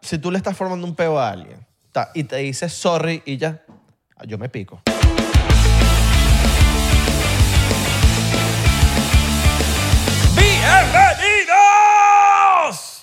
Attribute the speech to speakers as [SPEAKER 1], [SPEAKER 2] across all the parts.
[SPEAKER 1] si tú le estás formando un peo a alguien ta- y te dice sorry y ya, ah, yo me pico.
[SPEAKER 2] ¡Bienvenidos!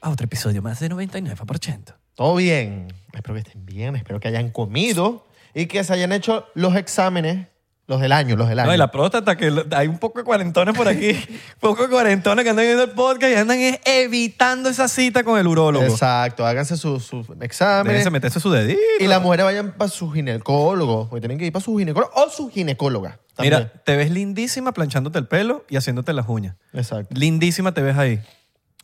[SPEAKER 2] A otro episodio más de 99%.
[SPEAKER 1] Todo bien. Espero que estén bien, espero que hayan comido y que se hayan hecho los exámenes, los del año, los del año.
[SPEAKER 2] No, y la próstata, que lo- hay un poco de cuarentones por aquí. poco de cuarentones que andan viendo el podcast y andan es evitando esa cita con el urólogo.
[SPEAKER 1] Exacto, háganse sus sus exámenes.
[SPEAKER 2] Déjense meterse su dedito.
[SPEAKER 1] Y las mujeres vayan para su ginecólogo, porque tienen que ir para su ginecólogo o su ginecóloga. también.
[SPEAKER 2] Mira, te ves lindísima planchándote el pelo y haciéndote las uñas.
[SPEAKER 1] Exacto.
[SPEAKER 2] Lindísima te ves ahí.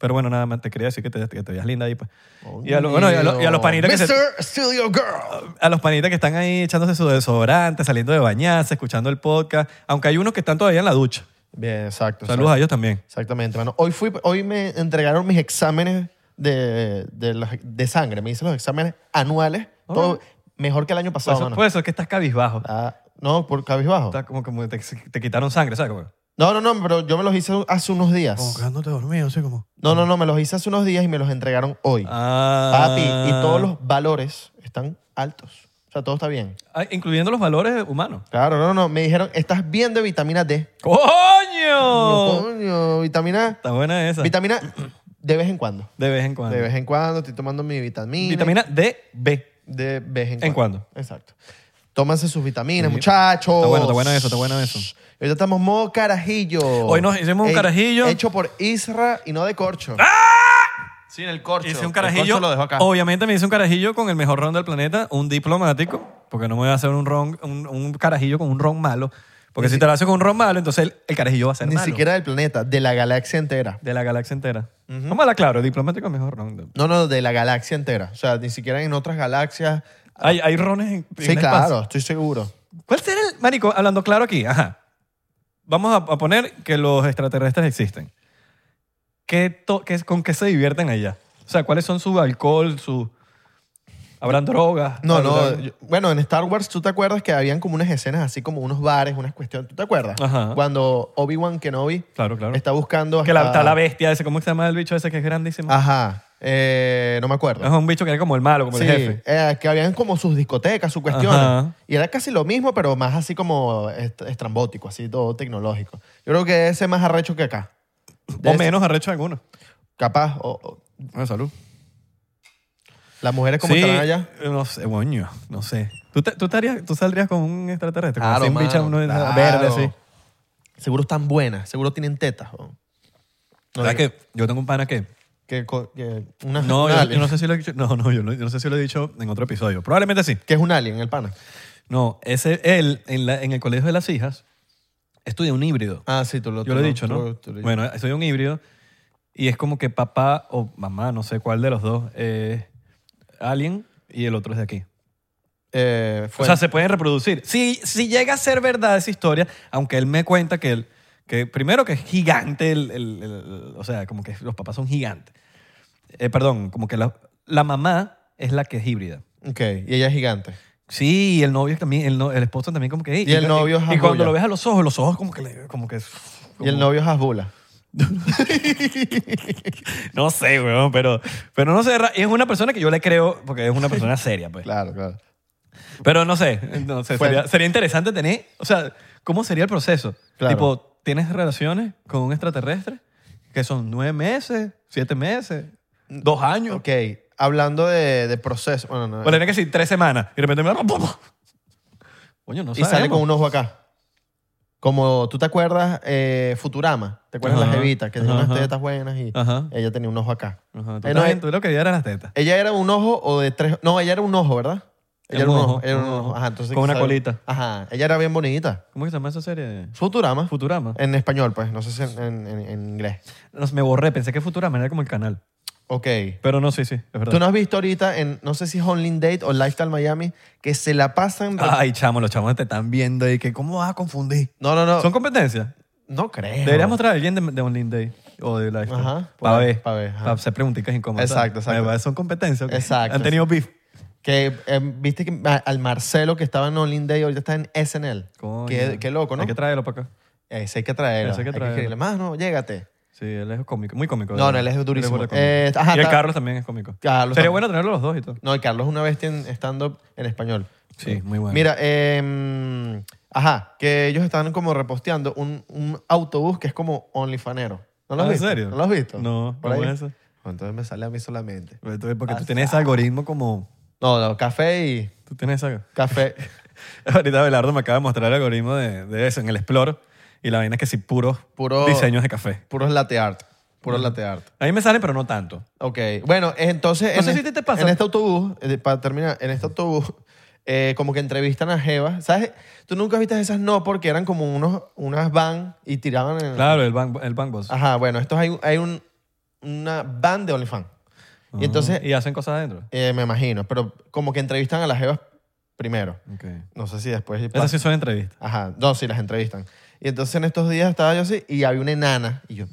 [SPEAKER 2] Pero bueno, nada más te quería decir que te, que te veías linda ahí. pues.
[SPEAKER 1] Oh,
[SPEAKER 2] y, a lo- bueno, y a lo- y a los panitas que se-
[SPEAKER 1] Mr. Still Your Girl.
[SPEAKER 2] a los panitas que están ahí echándose su desodorante, saliendo de bañarse, escuchando el podcast. Aunque hay unos que están todavía en la ducha.
[SPEAKER 1] Bien, exacto.
[SPEAKER 2] Saludos a ellos también.
[SPEAKER 1] exacto. Exactamente, mano. Hoy, fui, hoy me entregaron mis exámenes de, de, los- de sangre. Me hice los exámenes anuales.
[SPEAKER 2] Oh.
[SPEAKER 1] Todo mejor que el año
[SPEAKER 2] Por
[SPEAKER 1] pasado,
[SPEAKER 2] Pues eso,
[SPEAKER 1] mano.
[SPEAKER 2] por eso es que estás cabizbajo.
[SPEAKER 1] Ah, no, por cabizbajo.
[SPEAKER 2] Estás como que te, te quitaron sangre, ¿sabes? Como,
[SPEAKER 1] No, no, no, pero yo me los hice hace unos días.
[SPEAKER 2] quedándote dormido, así como.
[SPEAKER 1] No, no, no, me los hice hace unos días y me los entregaron hoy.
[SPEAKER 2] Ah.
[SPEAKER 1] Papi, y todos los valores están altos. O sea, todo está bien.
[SPEAKER 2] Ah, incluyendo los valores humanos.
[SPEAKER 1] Claro, no, no, me dijeron, estás bien de vitamina D. Yo,
[SPEAKER 2] ¡Coño!
[SPEAKER 1] Coño, vitamina,
[SPEAKER 2] Oh. Está buena esa.
[SPEAKER 1] vitamina de vez en cuando.
[SPEAKER 2] de vez en cuando.
[SPEAKER 1] De vez en cuando estoy tomando mi vitamina.
[SPEAKER 2] Vitamina D, B.
[SPEAKER 1] De vez en cuando.
[SPEAKER 2] En cuando.
[SPEAKER 1] Exacto. Tómanse sus vitaminas,
[SPEAKER 2] Sí.
[SPEAKER 1] muchachos.
[SPEAKER 2] Está bueno, está bueno eso, está bueno eso.
[SPEAKER 1] Ahorita estamos modo carajillo.
[SPEAKER 2] Hoy nos hicimos un carajillo. ¡Ah!
[SPEAKER 1] Hecho por Isra y no de corcho. Sí, en el corcho.
[SPEAKER 2] Hice un
[SPEAKER 1] El corcho
[SPEAKER 2] carajillo.
[SPEAKER 1] lo dejo acá.
[SPEAKER 2] Obviamente me hice un carajillo con el mejor ron del planeta, un diplomático, porque no me voy a hacer un ron, un, un carajillo con un ron malo. Porque si te lo haces con un ron malo, entonces el, el carajillo va a ser
[SPEAKER 1] Ni
[SPEAKER 2] malo.
[SPEAKER 1] siquiera del planeta, de la galaxia entera.
[SPEAKER 2] De la galaxia entera. Vamos a la claro, diplomático es mejor ron.
[SPEAKER 1] No, no, de la galaxia entera. O sea, ni siquiera en otras galaxias.
[SPEAKER 2] Hay, hay rones en, en
[SPEAKER 1] Sí,
[SPEAKER 2] el espacio.
[SPEAKER 1] claro, estoy seguro.
[SPEAKER 2] ¿Cuál será el. Marico, hablando claro aquí, ajá. Vamos a, a poner que los extraterrestres existen. ¿Qué to- qué- ¿Con qué se divierten allá? O sea, ¿cuáles son su alcohol, su. ¿Habrán drogas?
[SPEAKER 1] No, no.
[SPEAKER 2] ¿Habrán-
[SPEAKER 1] yo- bueno, en Star Wars, ¿tú te acuerdas que habían como unas escenas así como unos bares, unas cuestiones? ¿Tú te acuerdas?
[SPEAKER 2] Ajá.
[SPEAKER 1] Cuando Obi-Wan Kenobi
[SPEAKER 2] Claro, claro.
[SPEAKER 1] está buscando.
[SPEAKER 2] Que la,
[SPEAKER 1] hasta-
[SPEAKER 2] está la bestia ese, ¿cómo se llama el bicho ese que es grandísimo?
[SPEAKER 1] Ajá. Eh, no me acuerdo.
[SPEAKER 2] Es un bicho que era como el malo, como
[SPEAKER 1] Sí,
[SPEAKER 2] el jefe.
[SPEAKER 1] eh, que habían como sus discotecas, sus cuestiones.
[SPEAKER 2] Ajá.
[SPEAKER 1] Y era casi lo mismo, pero más así como est- estrambótico, así todo tecnológico. Yo creo que ese es más arrecho que acá.
[SPEAKER 2] O
[SPEAKER 1] Debe ser-
[SPEAKER 2] menos arrecho alguno.
[SPEAKER 1] Capaz. o- o-
[SPEAKER 2] Bueno, salud.
[SPEAKER 1] las mujeres como estarán allá.
[SPEAKER 2] No sé, boño, no sé. ¿Tú, te- tú, estarías- tú saldrías con un extraterrestre? con
[SPEAKER 1] Claro,
[SPEAKER 2] así un
[SPEAKER 1] mano,
[SPEAKER 2] bicho uno de-
[SPEAKER 1] claro.
[SPEAKER 2] verde así.
[SPEAKER 1] Seguro están buenas, seguro tienen tetas. ¿no? No,
[SPEAKER 2] ¿Verdad que yo tengo un pana que
[SPEAKER 1] que co- que una-
[SPEAKER 2] No,
[SPEAKER 1] un
[SPEAKER 2] yo,
[SPEAKER 1] alien.
[SPEAKER 2] yo no sé si lo he dicho. No, no, yo, no- yo no sé si lo he dicho en otro episodio. Probablemente sí.
[SPEAKER 1] que es un alien el pana
[SPEAKER 2] No, ese, él, en, la- en el colegio de las hijas, estudia un híbrido.
[SPEAKER 1] ah sí tú lo
[SPEAKER 2] yo lo he dicho, ¿no? bueno, estudia un híbrido y es como que papá o mamá, no sé cuál de los dos, eh, alien y el otro es de aquí.
[SPEAKER 1] Eh,
[SPEAKER 2] O sea, se pueden reproducir. Si, si llega a ser verdad esa historia, aunque él me cuenta que, él, que primero que es gigante, el, el- el- o sea, como que los papás son gigantes. Eh, perdón, como que la, la mamá es la que es híbrida.
[SPEAKER 1] ok y ella es gigante
[SPEAKER 2] Sí, y el novio también, el, no- el esposo también como que...
[SPEAKER 1] Y el novio es
[SPEAKER 2] Y, cuando
[SPEAKER 1] Abuya.
[SPEAKER 2] lo ves a los ojos, los ojos como que... le- Como que
[SPEAKER 1] y el
[SPEAKER 2] como-
[SPEAKER 1] novio es Hasbula
[SPEAKER 2] No sé, weón, pero, pero no sé, ra- es una persona que yo le creo porque es una persona seria, pues.
[SPEAKER 1] claro Pues, claro
[SPEAKER 2] Pero no sé, no sé,
[SPEAKER 1] Fue-
[SPEAKER 2] sería, sería interesante tener... O sea, ¿cómo sería el proceso?
[SPEAKER 1] Claro.
[SPEAKER 2] Tipo, ¿tienes relaciones con un extraterrestre? Que son nueve meses, siete meses, dos años.
[SPEAKER 1] ok hablando de, de proceso bueno no
[SPEAKER 2] O tiene que decir tres semanas y de repente me... Coño, no
[SPEAKER 1] y sale
[SPEAKER 2] sabemos.
[SPEAKER 1] con un ojo acá como tú te acuerdas eh, Futurama te acuerdas de la
[SPEAKER 2] Ajá,
[SPEAKER 1] jevita que tenía
[SPEAKER 2] ajá,
[SPEAKER 1] unas
[SPEAKER 2] ajá. Ah.
[SPEAKER 1] tetas buenas y
[SPEAKER 2] Ajá.
[SPEAKER 1] ella tenía un ojo acá
[SPEAKER 2] Ajá, tú,
[SPEAKER 1] Eh, no,
[SPEAKER 2] también-
[SPEAKER 1] eh.
[SPEAKER 2] tú lo que era las tetas.
[SPEAKER 1] ella era un ojo o de tres no ella era un ojo ¿verdad? ella
[SPEAKER 2] Era
[SPEAKER 1] era
[SPEAKER 2] un
[SPEAKER 1] un ojo,
[SPEAKER 2] ojo,
[SPEAKER 1] era un
[SPEAKER 2] un
[SPEAKER 1] ojo.
[SPEAKER 2] ojo.
[SPEAKER 1] Ajá, entonces
[SPEAKER 2] Con una
[SPEAKER 1] ¿sabes?
[SPEAKER 2] colita.
[SPEAKER 1] ajá ella era bien bonita
[SPEAKER 2] ¿Cómo que se llama esa
[SPEAKER 1] Eh.
[SPEAKER 2] serie?
[SPEAKER 1] Futurama
[SPEAKER 2] Futurama.
[SPEAKER 1] En español, pues, no sé si en, en- en- en inglés.
[SPEAKER 2] No, me borré, pensé que Futurama era como el canal.
[SPEAKER 1] Ok.
[SPEAKER 2] Pero no, sí, sí, es verdad.
[SPEAKER 1] Tú no has visto ahorita en, no sé si es Online Date o Lifestyle Miami, que se la pasan. re-
[SPEAKER 2] Ay, chamo, los chamos te están viendo y que ¿cómo vas a confundir?
[SPEAKER 1] No, no, no.
[SPEAKER 2] ¿Son competencias?
[SPEAKER 1] No creo.
[SPEAKER 2] Deberíamos traer a alguien de, de Online Day o de Live.
[SPEAKER 1] Ajá,
[SPEAKER 2] Para
[SPEAKER 1] pa-
[SPEAKER 2] ver.
[SPEAKER 1] pa' ver, ajá.
[SPEAKER 2] Para hacer preguntitas incómodas.
[SPEAKER 1] Exacto,
[SPEAKER 2] ¿sabes?
[SPEAKER 1] exacto.
[SPEAKER 2] Son competencias. ¿ok?
[SPEAKER 1] Exacto,
[SPEAKER 2] Han tenido beef.
[SPEAKER 1] Que eh, viste que a- al Marcelo que estaba en Online Date ahorita está en SNL.
[SPEAKER 2] Coño.
[SPEAKER 1] Qué, qué loco, ¿no?
[SPEAKER 2] Hay que traerlo para acá.
[SPEAKER 1] Ese hay que traer.
[SPEAKER 2] Ese hay que traerlo.
[SPEAKER 1] escribirle, más, no, llégate.
[SPEAKER 2] Sí, él es cómico, muy cómico.
[SPEAKER 1] No,
[SPEAKER 2] ¿verdad?
[SPEAKER 1] no, él es durísimo.
[SPEAKER 2] burda de
[SPEAKER 1] Eh, ajá,
[SPEAKER 2] y el
[SPEAKER 1] ta-
[SPEAKER 2] Carlos también es cómico.
[SPEAKER 1] Carlos
[SPEAKER 2] Sería
[SPEAKER 1] también.
[SPEAKER 2] bueno tenerlo los dos y todo.
[SPEAKER 1] No, y Carlos es una bestia en stand-up en español.
[SPEAKER 2] Sí, muy bueno.
[SPEAKER 1] Mira, eh, ajá, que ellos están como reposteando un, un autobús que es como OnlyFanero. ¿No lo has
[SPEAKER 2] Ah, ¿en
[SPEAKER 1] visto?
[SPEAKER 2] serio?
[SPEAKER 1] ¿No lo has visto?
[SPEAKER 2] No,
[SPEAKER 1] Por
[SPEAKER 2] ¿cómo
[SPEAKER 1] ahí.
[SPEAKER 2] es eso?
[SPEAKER 1] Bueno, Entonces me sale a mí solamente.
[SPEAKER 2] Entonces, Porque tú
[SPEAKER 1] Pasa.
[SPEAKER 2] tienes ese algoritmo como...
[SPEAKER 1] No, no, café y
[SPEAKER 2] Tú tienes esa...
[SPEAKER 1] café.
[SPEAKER 2] Ahorita Belardo me acaba de mostrar el algoritmo de, de eso en el Explore. Y la vaina es que sí, puros
[SPEAKER 1] Puro-
[SPEAKER 2] diseños de café.
[SPEAKER 1] Puros latte art. Puros latte art.
[SPEAKER 2] A mí me salen, pero no tanto.
[SPEAKER 1] Ok. Bueno, es entonces.
[SPEAKER 2] No sé
[SPEAKER 1] en
[SPEAKER 2] si
[SPEAKER 1] es-
[SPEAKER 2] te- te pasa.
[SPEAKER 1] En este autobús, eh, para terminar, en este autobús, eh, como que entrevistan a Jeva. ¿Sabes? Tú nunca viste esas no, porque eran como unos, unas van y tiraban en.
[SPEAKER 2] Claro, el Bang, el bang Boss.
[SPEAKER 1] Ajá, bueno, estos hay, hay un, una van de OnlyFans.
[SPEAKER 2] Ajá.
[SPEAKER 1] Y entonces,
[SPEAKER 2] Y hacen cosas adentro.
[SPEAKER 1] eh, me imagino, pero como que entrevistan a las Jevas primero.
[SPEAKER 2] Ok.
[SPEAKER 1] No sé si después.
[SPEAKER 2] Esas sí son entrevistas.
[SPEAKER 1] Ajá, no, sí, las entrevistan. Y entonces en estos días estaba yo así y había una enana. Y yo,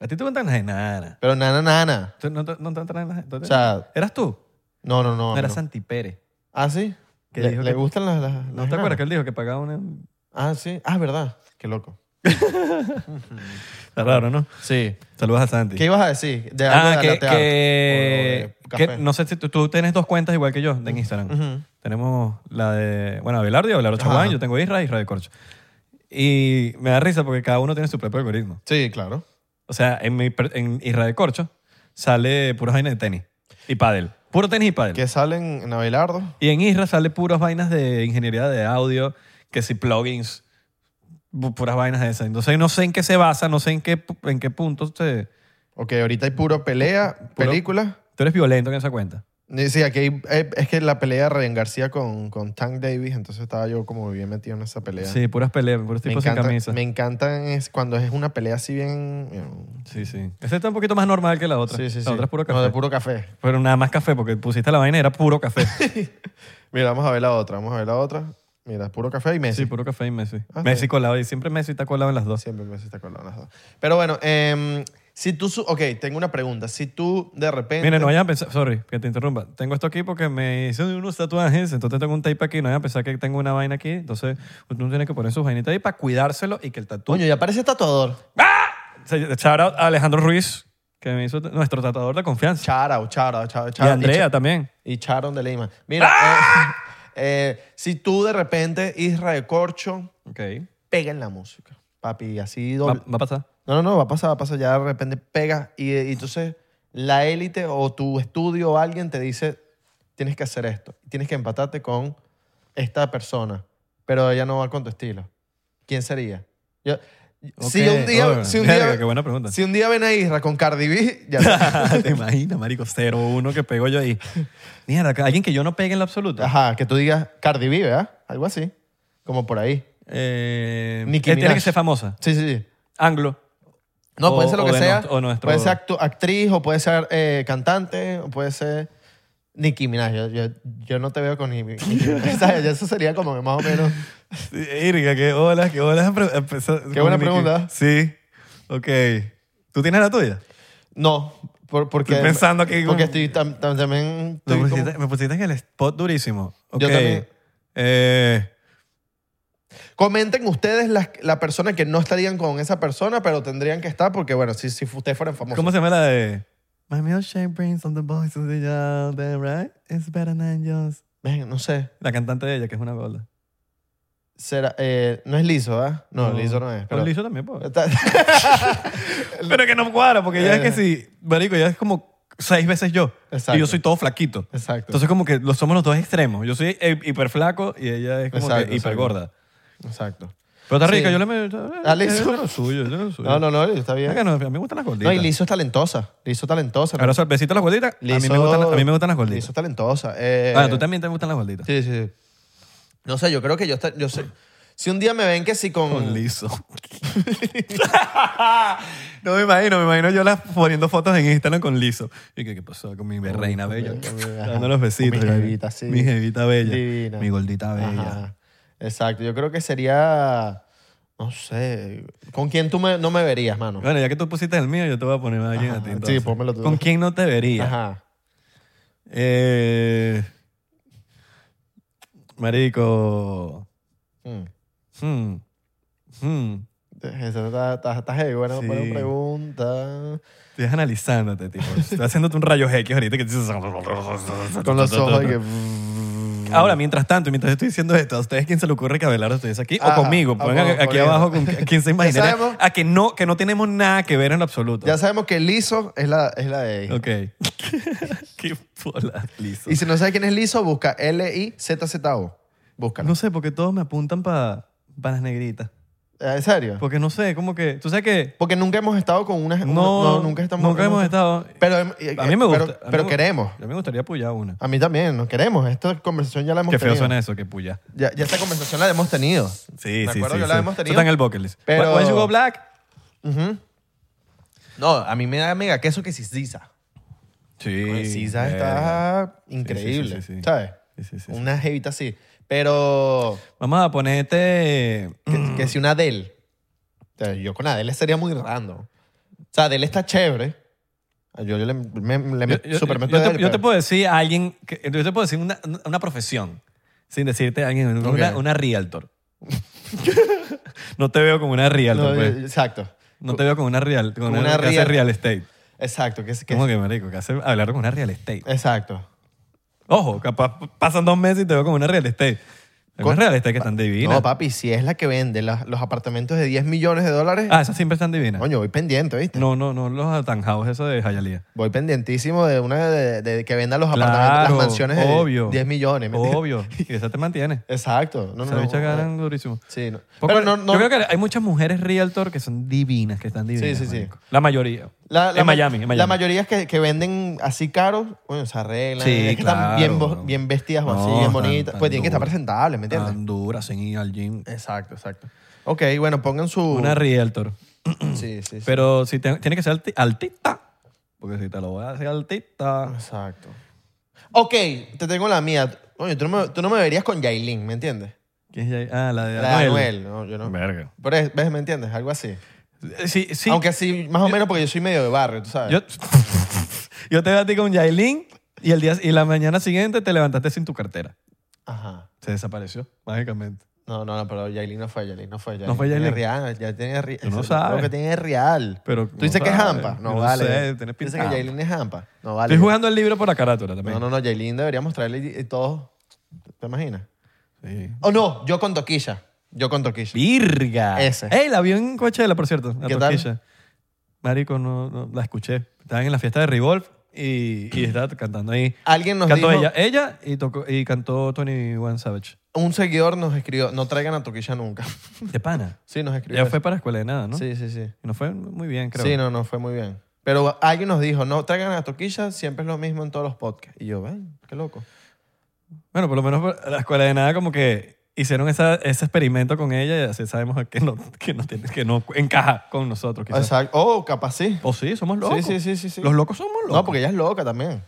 [SPEAKER 2] A ti te cuentan las enanas.
[SPEAKER 1] pero nana, nana.
[SPEAKER 2] ¿Tú ¿No te, no te traen las
[SPEAKER 1] O
[SPEAKER 2] entonces-
[SPEAKER 1] sea,
[SPEAKER 2] ¿Eras tú?
[SPEAKER 1] no, no, no.
[SPEAKER 2] No, era
[SPEAKER 1] no.
[SPEAKER 2] Santi Pérez.
[SPEAKER 1] Ah, sí.
[SPEAKER 2] Que
[SPEAKER 1] le
[SPEAKER 2] dijo
[SPEAKER 1] le
[SPEAKER 2] que-
[SPEAKER 1] gustan las. las- las
[SPEAKER 2] ¿No
[SPEAKER 1] enanas?
[SPEAKER 2] te acuerdas que él dijo que pagaba una...?
[SPEAKER 1] Ah, sí. Ah, verdad. Qué loco.
[SPEAKER 2] Está raro, ¿no?
[SPEAKER 1] Sí.
[SPEAKER 2] Saludos a Santi.
[SPEAKER 1] ¿Qué ibas a decir? De algo
[SPEAKER 2] ah,
[SPEAKER 1] de
[SPEAKER 2] que,
[SPEAKER 1] latte art o
[SPEAKER 2] que-
[SPEAKER 1] de café.
[SPEAKER 2] que no sé si tú, tú tienes dos cuentas igual que yo en Instagram.
[SPEAKER 1] Ujú.
[SPEAKER 2] Tenemos la de, bueno, Abelardo y Abelardo
[SPEAKER 1] Ajá.
[SPEAKER 2] Chaguán, yo tengo Isra y Isra de Corcho. Y me da risa porque cada uno tiene su propio algoritmo.
[SPEAKER 1] Sí, claro.
[SPEAKER 2] O sea, en, mi, per- en Isra de Corcho sale puras vainas de tenis y pádel. Puro tenis y pádel.
[SPEAKER 1] Que salen en Abelardo.
[SPEAKER 2] Y en Isra sale puras vainas de ingeniería de audio, que si plugins, pu- puras vainas de esas. Entonces no sé en qué se basa, no sé en qué, pu- en qué punto se...
[SPEAKER 1] Ok, ahorita hay puro pelea,
[SPEAKER 2] Puro-
[SPEAKER 1] película.
[SPEAKER 2] Tú eres violento en esa cuenta.
[SPEAKER 1] Y Sí, aquí hay- eh, es que la pelea de Ryan García con, con Tank Davis, entonces estaba yo como bien metido en esa pelea.
[SPEAKER 2] Sí, puras peleas, puros
[SPEAKER 1] me
[SPEAKER 2] tipos sin
[SPEAKER 1] encanta,
[SPEAKER 2] camisa.
[SPEAKER 1] me encantan es cuando es una pelea así bien... bien-
[SPEAKER 2] Sí, sí. Esa está un poquito más normal que la otra.
[SPEAKER 1] Sí, sí,
[SPEAKER 2] la
[SPEAKER 1] sí.
[SPEAKER 2] otra es puro café.
[SPEAKER 1] No, de puro café.
[SPEAKER 2] Pero nada más café, porque pusiste la vaina y era puro café.
[SPEAKER 1] Mira, vamos a ver la otra, vamos a ver la otra. Mira, puro café y Messi.
[SPEAKER 2] sí, puro café y Messi.
[SPEAKER 1] Ah,
[SPEAKER 2] Messi colado. Y siempre Messi está colado en las dos.
[SPEAKER 1] Siempre Messi está colado en las dos. Pero bueno, em, si tú... su- ok, tengo una pregunta. Si tú de repente...
[SPEAKER 2] Mira, no vayan a pensar... Sorry, que te interrumpa. Tengo esto aquí porque me hice unos tatuajes, entonces tengo un tape aquí. No vayan a pensar que tengo una vaina aquí. Entonces uno tiene que poner sus vainitas ahí para cuidárselo y que el tatuaje...
[SPEAKER 1] Coño, ya parece tatuador.
[SPEAKER 2] Shout out a Alejandro Ruiz, que me hizo t- nuestro tatuador de confianza.
[SPEAKER 1] Charao, charao, charao,
[SPEAKER 2] y
[SPEAKER 1] charao.
[SPEAKER 2] Andrea ¡Ah! también.
[SPEAKER 1] Y Charon de Lima. Mira, eh, eh, si tú de repente, Isra de Corcho,
[SPEAKER 2] Ok.
[SPEAKER 1] pega en la música, papi, así
[SPEAKER 2] Va,
[SPEAKER 1] doble.
[SPEAKER 2] va a pasar.
[SPEAKER 1] No, no, no, va a pasar, va a pasar, ya de repente pega y, eh, y entonces la élite o tu estudio o alguien te dice, tienes que hacer esto, tienes que empatarte con esta persona, pero ella no va con tu estilo. ¿Quién sería? Yo- Si
[SPEAKER 2] Ok.
[SPEAKER 1] un día,
[SPEAKER 2] Oh,
[SPEAKER 1] si un
[SPEAKER 2] verga,
[SPEAKER 1] día,
[SPEAKER 2] Qué buena pregunta.
[SPEAKER 1] si un día ven a Isra con Cardi B, ya.
[SPEAKER 2] Te imaginas, marico, 0-1 que pego yo ahí. Mierda, alguien que yo no pegue en lo absoluto.
[SPEAKER 1] Ajá, que tú digas Cardi B, ¿verdad? Algo así, como por ahí.
[SPEAKER 2] Eh,
[SPEAKER 1] Nicki
[SPEAKER 2] que tiene
[SPEAKER 1] Minaj.
[SPEAKER 2] que ser famosa.
[SPEAKER 1] Sí, sí, sí.
[SPEAKER 2] Anglo.
[SPEAKER 1] No,
[SPEAKER 2] O-
[SPEAKER 1] puede ser lo
[SPEAKER 2] o
[SPEAKER 1] que
[SPEAKER 2] de
[SPEAKER 1] sea.
[SPEAKER 2] nos- o nuestro-
[SPEAKER 1] Puede ser actu- actriz, o puede ser eh, cantante, o puede ser Nicki Minaj. Yo, yo, yo no te veo con Nicki Nicki Minaj. ¿sabes? Ya Eso sería como que más o menos.
[SPEAKER 2] Irga, qué hola, qué hola.
[SPEAKER 1] Qué buena pregunta.
[SPEAKER 2] Sí. Ok. ¿Tú tienes la tuya?
[SPEAKER 1] No, por- porque.
[SPEAKER 2] Estoy pensando aquí como-
[SPEAKER 1] Porque estoy tam- tam- también.
[SPEAKER 2] Me
[SPEAKER 1] estoy como-
[SPEAKER 2] pusiste, me pusiste en el spot durísimo. Ok.
[SPEAKER 1] Yo también.
[SPEAKER 2] Eh,
[SPEAKER 1] Comenten ustedes las- la persona que no estarían con esa persona, pero tendrían que estar, porque bueno, si, si ustedes fueran famosos.
[SPEAKER 2] ¿Cómo se llama la de. My milkshake brings on the voices of the young, then, right? It's better than yours.
[SPEAKER 1] Ven, no sé.
[SPEAKER 2] La cantante de ella, que es una gorda.
[SPEAKER 1] Será, eh, no es liso, ¿ah? No, liso no es.
[SPEAKER 2] Pero
[SPEAKER 1] Pero... Eh.
[SPEAKER 2] liso también, pues.
[SPEAKER 1] Está-
[SPEAKER 2] Pero que no cuadra, porque ya es que
[SPEAKER 1] Eh.
[SPEAKER 2] si, marico, ya es como seis veces yo.
[SPEAKER 1] Exacto.
[SPEAKER 2] Y yo soy todo flaquito.
[SPEAKER 1] Exacto.
[SPEAKER 2] Entonces como que lo somos los dos extremos. Yo soy hi- hiper flaco y ella es como
[SPEAKER 1] Exacto,
[SPEAKER 2] que hiper
[SPEAKER 1] exacto.
[SPEAKER 2] gorda.
[SPEAKER 1] Exacto.
[SPEAKER 2] Pero está
[SPEAKER 1] Sí.
[SPEAKER 2] rica, yo le me...
[SPEAKER 1] Dale,
[SPEAKER 2] yo
[SPEAKER 1] eso.
[SPEAKER 2] lo suyo, yo lo suyo.
[SPEAKER 1] No, no, no, está bien.
[SPEAKER 2] Es que no, a mí me gustan las gorditas.
[SPEAKER 1] No, y Lizo es talentosa. Lizo es talentosa.
[SPEAKER 2] Ahora sorpresito las gorditas. a, mí
[SPEAKER 1] Lizo-
[SPEAKER 2] me gustan, a mí me gustan las
[SPEAKER 1] Lizo
[SPEAKER 2] gorditas.
[SPEAKER 1] es talentosa. Eh,
[SPEAKER 2] Ah, tú también te gustan las gorditas.
[SPEAKER 1] Sí, sí. sí. No sé, yo creo que yo, esta- yo sé. Si un día me ven que sí con...
[SPEAKER 2] Con Oh, liso. no me imagino, me imagino yo las poniendo fotos en Instagram con liso. Y que, ¿qué pasó con mi reina
[SPEAKER 1] con
[SPEAKER 2] bella?
[SPEAKER 1] mi- con mi- ajá.
[SPEAKER 2] Dando los besitos.
[SPEAKER 1] Con mi jevita, sí.
[SPEAKER 2] Mi jevita bella.
[SPEAKER 1] Divina.
[SPEAKER 2] Mi gordita bella.
[SPEAKER 1] Ajá. Exacto, yo creo que sería... No sé. ¿Con quién tú me- no me verías, mano?
[SPEAKER 2] Bueno, ya que tú pusiste el mío, yo te voy a poner a alguien
[SPEAKER 1] Ajá,
[SPEAKER 2] a ti.
[SPEAKER 1] sí,
[SPEAKER 2] entonces.
[SPEAKER 1] pónmelo tú.
[SPEAKER 2] ¿Con quién no te verías?
[SPEAKER 1] Ajá.
[SPEAKER 2] Eh, marico.
[SPEAKER 1] Mm.
[SPEAKER 2] Hmm. Hmm.
[SPEAKER 1] ¿Viste? Eso está, está, está heavy. Bueno,
[SPEAKER 2] Sí.
[SPEAKER 1] buena pregunta.
[SPEAKER 2] Estás analizándote, tipo. Estás haciéndote un rayo X ahorita que dices...
[SPEAKER 1] Con los ojos y que...
[SPEAKER 2] Ahora, mientras tanto, mientras estoy diciendo esto, ¿a ustedes quién se le ocurre que Abelardo estuviese aquí?
[SPEAKER 1] Ajá,
[SPEAKER 2] o conmigo.
[SPEAKER 1] a
[SPEAKER 2] Pongan
[SPEAKER 1] huevo,
[SPEAKER 2] aquí
[SPEAKER 1] conmigo.
[SPEAKER 2] abajo con quién
[SPEAKER 1] ah, Ya
[SPEAKER 2] se imagina.
[SPEAKER 1] sabemos.
[SPEAKER 2] A que no, que no tenemos nada que ver en lo absoluto.
[SPEAKER 1] Ya sabemos que Liso es la, es la de ella.
[SPEAKER 2] Ok. Qué bola, liso.
[SPEAKER 1] Y si no sabes quién es Liso, busca L-I-Z-Z-O. Búscalo.
[SPEAKER 2] No sé, porque todos me apuntan para las negritas.
[SPEAKER 1] Eh, ¿En serio?
[SPEAKER 2] Porque no sé, como que... ¿Tú sabes qué?
[SPEAKER 1] Porque nunca hemos estado con una...
[SPEAKER 2] No,
[SPEAKER 1] una- no, nunca estamos...
[SPEAKER 2] hemos estado...
[SPEAKER 1] Pero, eh,
[SPEAKER 2] A mí me
[SPEAKER 1] pero-
[SPEAKER 2] gusta. a
[SPEAKER 1] Pero,
[SPEAKER 2] mí me-
[SPEAKER 1] queremos.
[SPEAKER 2] A mí me gustaría pullar una.
[SPEAKER 1] A mí también, nos queremos. Esta conversación ya la hemos
[SPEAKER 2] Qué feo
[SPEAKER 1] tenido.
[SPEAKER 2] suena eso, que puya.
[SPEAKER 1] Ya, ya esta conversación la hemos tenido.
[SPEAKER 2] Sí,
[SPEAKER 1] Me
[SPEAKER 2] sí,
[SPEAKER 1] acuerdo
[SPEAKER 2] sí,
[SPEAKER 1] que la
[SPEAKER 2] sí.
[SPEAKER 1] hemos
[SPEAKER 2] Eso
[SPEAKER 1] tenido.
[SPEAKER 2] Está en el bucket list.
[SPEAKER 1] Pero-
[SPEAKER 2] When you go black.
[SPEAKER 1] Ujú. No, a mí me da mega queso que si sisa.
[SPEAKER 2] Sí.
[SPEAKER 1] Sisa
[SPEAKER 2] verga.
[SPEAKER 1] está increíble,
[SPEAKER 2] sí, sí, sí.
[SPEAKER 1] ¿sabes?
[SPEAKER 2] Sí, sí, sí, sí.
[SPEAKER 1] Una jevita así. Pero
[SPEAKER 2] Vamos a ponerte...
[SPEAKER 1] que, que si una Adele. O sea, Yo con Adele sería muy random. O sea, Adele está chévere. Yo, yo le, me, le
[SPEAKER 2] Yo,
[SPEAKER 1] me-
[SPEAKER 2] yo-
[SPEAKER 1] supermeto
[SPEAKER 2] yo
[SPEAKER 1] a
[SPEAKER 2] te,
[SPEAKER 1] Adele,
[SPEAKER 2] yo te
[SPEAKER 1] pero-
[SPEAKER 2] puedo decir a alguien... que- yo te puedo decir una, una profesión. Sin decirte a alguien. Una,
[SPEAKER 1] Ok.
[SPEAKER 2] una realtor. no te veo como una realtor,
[SPEAKER 1] No,
[SPEAKER 2] pues.
[SPEAKER 1] yo- exacto,
[SPEAKER 2] No te veo como una real, como
[SPEAKER 1] Como
[SPEAKER 2] una,
[SPEAKER 1] una
[SPEAKER 2] que hace
[SPEAKER 1] real-
[SPEAKER 2] real estate.
[SPEAKER 1] exacto. Que, que-
[SPEAKER 2] ¿Cómo que, marico? Que hace hablar con una real estate.
[SPEAKER 1] Exacto.
[SPEAKER 2] Ojo, capaz pasan dos meses y te veo como una real estate.
[SPEAKER 1] Co-
[SPEAKER 2] Algunas real estate que están divinas.
[SPEAKER 1] No, papi, si es la que vende las- los apartamentos de 10 millones de dólares,
[SPEAKER 2] ah, esas siempre están divinas.
[SPEAKER 1] coño, este. voy pendiente, ¿viste?
[SPEAKER 2] No, no, no los atanjados, eso de Jayalía.
[SPEAKER 1] Voy pendientísimo de una de, de- de que venda los
[SPEAKER 2] Claro,
[SPEAKER 1] apartamentos, las mansiones
[SPEAKER 2] obvio.
[SPEAKER 1] de 10 millones. ¿me entiendes?
[SPEAKER 2] Obvio. Y esa te mantiene.
[SPEAKER 1] Exacto. No, no,
[SPEAKER 2] Esas
[SPEAKER 1] no,
[SPEAKER 2] bichas
[SPEAKER 1] no.
[SPEAKER 2] ganan durísimo.
[SPEAKER 1] Sí, no.
[SPEAKER 2] Poco-
[SPEAKER 1] Pero no, no-
[SPEAKER 2] Yo creo que hay muchas mujeres realtor que son divinas, que están divinas.
[SPEAKER 1] Sí, sí, sí.
[SPEAKER 2] marico. La mayoría.
[SPEAKER 1] la, la
[SPEAKER 2] en
[SPEAKER 1] ma-
[SPEAKER 2] Miami, en Miami.
[SPEAKER 1] La mayoría es que, que venden así caro, bueno, se arreglan.
[SPEAKER 2] Sí,
[SPEAKER 1] es que están bien,
[SPEAKER 2] claro.
[SPEAKER 1] bo- bien vestidas o
[SPEAKER 2] No,
[SPEAKER 1] así, bien
[SPEAKER 2] están-
[SPEAKER 1] bonitas.
[SPEAKER 2] están
[SPEAKER 1] Pues tienen que estar
[SPEAKER 2] duras.
[SPEAKER 1] presentables, ¿me entiendes?
[SPEAKER 2] Están duras, sin ir al gym.
[SPEAKER 1] Exacto, exacto. Ok, bueno, pongan su...
[SPEAKER 2] Una realtor.
[SPEAKER 1] Sí, sí, sí.
[SPEAKER 2] Pero si te- tiene que ser alti- altita. Porque si te lo voy a hacer altita.
[SPEAKER 1] Exacto. Ok, te tengo la mía. Oye, tú no me, tú no me verías con Yailin, ¿me entiendes?
[SPEAKER 2] ¿Quién es ya? Ah, la de
[SPEAKER 1] La de
[SPEAKER 2] Anuel.
[SPEAKER 1] Anuel. No, yo no.
[SPEAKER 2] Verga.
[SPEAKER 1] Pero es- ¿Ves? ¿Me entiendes? Algo así.
[SPEAKER 2] Sí, sí.
[SPEAKER 1] Aunque sí, más o menos porque yo soy medio de barrio, tú sabes.
[SPEAKER 2] Yo, yo te veo a ti con Yailin y, el día, y la mañana siguiente te levantaste sin tu cartera.
[SPEAKER 1] Ajá.
[SPEAKER 2] Se desapareció, mágicamente.
[SPEAKER 1] No, no, no, pero Yailin no fue Yailin, no fue Yailin.
[SPEAKER 2] ¿No fue
[SPEAKER 1] Tiene
[SPEAKER 2] Yailin?
[SPEAKER 1] Rihanna, ya tiene Rihanna.
[SPEAKER 2] Tú no sabes.
[SPEAKER 1] Lo que tiene es Real.
[SPEAKER 2] Pero,
[SPEAKER 1] ¿Tú dices que es Hampa? No, vale.
[SPEAKER 2] Sé, tienes
[SPEAKER 1] Tú dices
[SPEAKER 2] pinta
[SPEAKER 1] que
[SPEAKER 2] de
[SPEAKER 1] Yailin es Hampa. No
[SPEAKER 2] Hampa.
[SPEAKER 1] vale.
[SPEAKER 2] Estoy jugando el libro por la carátula
[SPEAKER 1] No,
[SPEAKER 2] también.
[SPEAKER 1] no, no, Yailin deberíamos traerle todo. ¿Te imaginas?
[SPEAKER 2] Sí.
[SPEAKER 1] Oh, no, yo con Toquilla. Yo con Toquilla.
[SPEAKER 2] ¡Virga!
[SPEAKER 1] Ese.
[SPEAKER 2] ¡Ey! La vi en Coachella, por cierto. La
[SPEAKER 1] ¿Qué tal?
[SPEAKER 2] Toquilla. Marico, no, no, la escuché. Estaban en la fiesta de Revolve y, y estaba cantando ahí.
[SPEAKER 1] Alguien nos
[SPEAKER 2] cantó
[SPEAKER 1] dijo,
[SPEAKER 2] ella, ella y, tocó, y cantó Tony One Savage.
[SPEAKER 1] un seguidor nos escribió, no traigan a Toquilla nunca.
[SPEAKER 2] De pana.
[SPEAKER 1] Sí, nos escribió.
[SPEAKER 2] Ella
[SPEAKER 1] eso.
[SPEAKER 2] fue para escuela de nada, ¿no?
[SPEAKER 1] Sí, sí, sí.
[SPEAKER 2] Y no fue muy bien, creo.
[SPEAKER 1] Sí, no, no, fue muy bien. Pero alguien nos dijo, no traigan a Toquilla, siempre es lo mismo en todos los podcasts. Y yo, ven, qué loco.
[SPEAKER 2] Bueno, por lo menos por- la escuela de nada como que hicieron esa, ese experimento con ella y así sabemos que no, que no, tiene- que no encaja con nosotros quizás.
[SPEAKER 1] Exacto. Oh, capaz sí.
[SPEAKER 2] O sí, somos locos.
[SPEAKER 1] Sí, sí, sí, sí, sí.
[SPEAKER 2] Los locos somos locos.
[SPEAKER 1] No, porque ella es loca también.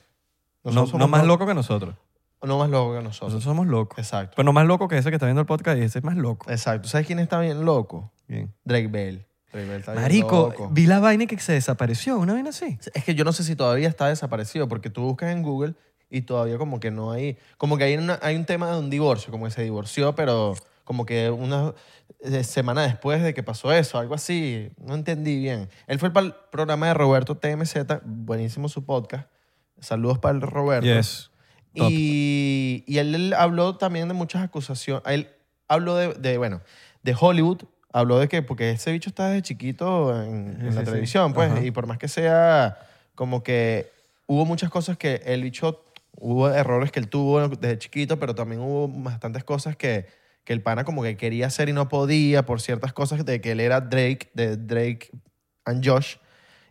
[SPEAKER 2] no,
[SPEAKER 1] Nosotros
[SPEAKER 2] no
[SPEAKER 1] somos
[SPEAKER 2] más locos que nosotros.
[SPEAKER 1] No más loco que nosotros.
[SPEAKER 2] Nosotros somos locos.
[SPEAKER 1] Exacto. Eh,
[SPEAKER 2] Pero no más loco que ese que está viendo el podcast y ese es más loco.
[SPEAKER 1] Exacto. ¿Sabes quién está bien loco?
[SPEAKER 2] Bien.
[SPEAKER 1] Drake Bell. Drake Bell está bien
[SPEAKER 2] Marico,
[SPEAKER 1] loco.
[SPEAKER 2] vi la vaina que se desapareció, una vaina así.
[SPEAKER 1] Es que yo no sé si todavía está desaparecido porque tú buscas en Google y todavía como que no hay... Como que hay, una- hay un tema de un divorcio, como que se divorció, pero como que una eh, semana después de que pasó eso, algo así. No entendí bien. Él fue para el programa de Roberto TMZ, buenísimo su podcast. Saludos para el Roberto.
[SPEAKER 2] Yes. Top.
[SPEAKER 1] Y, y él, él habló también de muchas acusaciones. Él habló de, de, bueno, de Hollywood. Habló de que, porque ese bicho está desde chiquito en,
[SPEAKER 2] Sí,
[SPEAKER 1] en la
[SPEAKER 2] sí, sí.
[SPEAKER 1] televisión, pues,
[SPEAKER 2] Ajá.
[SPEAKER 1] y por más que sea, como que hubo muchas cosas que el bicho, hubo errores que él tuvo desde chiquito, pero también hubo bastantes cosas que, que el pana como que quería hacer y no podía por ciertas cosas de que él era Drake, de Drake and Josh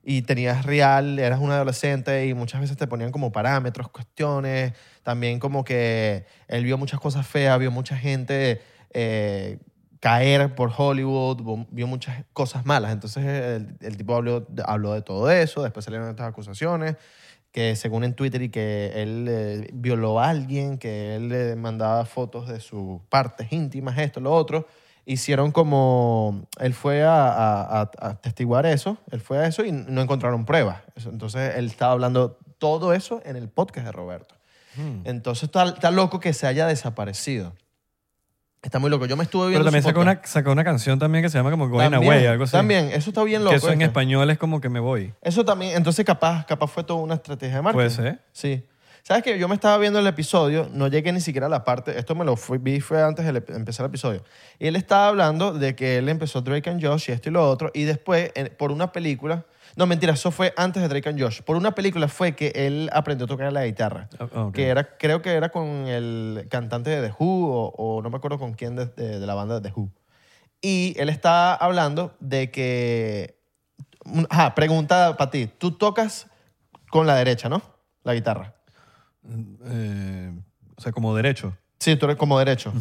[SPEAKER 1] y tenías real, eras un adolescente y muchas veces te ponían como parámetros, cuestiones, también como que él vio muchas cosas feas, vio mucha gente eh, caer por Hollywood, vio- vio muchas cosas malas. Entonces el, el tipo habló, habló de todo eso, después salieron estas acusaciones, que según en Twitter y que él eh, violó a alguien, que él le mandaba fotos de sus partes íntimas, esto, lo otro. Hicieron como, él fue a, a, a- a testiguar eso, él fue a eso y no encontraron pruebas. Eso- Entonces él estaba hablando todo eso en el podcast de Roberto.
[SPEAKER 2] Mm.
[SPEAKER 1] Entonces está, está loco que se haya desaparecido. Está muy loco. Yo me estuve
[SPEAKER 2] Pero
[SPEAKER 1] viendo
[SPEAKER 2] también
[SPEAKER 1] su
[SPEAKER 2] sacó
[SPEAKER 1] podcast.
[SPEAKER 2] una, sacó una canción también que se llama como Going
[SPEAKER 1] También,
[SPEAKER 2] Away, algo así.
[SPEAKER 1] También, eso está bien
[SPEAKER 2] que
[SPEAKER 1] loco.
[SPEAKER 2] eso en
[SPEAKER 1] ¿viste?
[SPEAKER 2] español es como que me voy.
[SPEAKER 1] Eso también, entonces capaz, capaz fue toda una estrategia de marketing.
[SPEAKER 2] Puede ser.
[SPEAKER 1] Sí. ¿Sabes que Yo me estaba viendo el episodio, no llegué ni siquiera a la parte, esto me lo fui- vi fue antes de le- empezar el episodio. Y él estaba hablando de que él empezó Drake and Josh y esto y lo otro, y después, en- por una película, no, mentira, eso fue antes de Drake and Josh, por una película fue que él aprendió a tocar la guitarra,
[SPEAKER 2] Ah, ah, ok.
[SPEAKER 1] que era, creo que era con el cantante de The Who, o, o no me acuerdo con quién de, de- de la banda de The Who. Y él estaba hablando de que. Ajá, pregunta para ti. Tú tocas con la derecha, ¿no? La guitarra.
[SPEAKER 2] Eh, o sea, como derecho.
[SPEAKER 1] Sí, tú eres como derecho.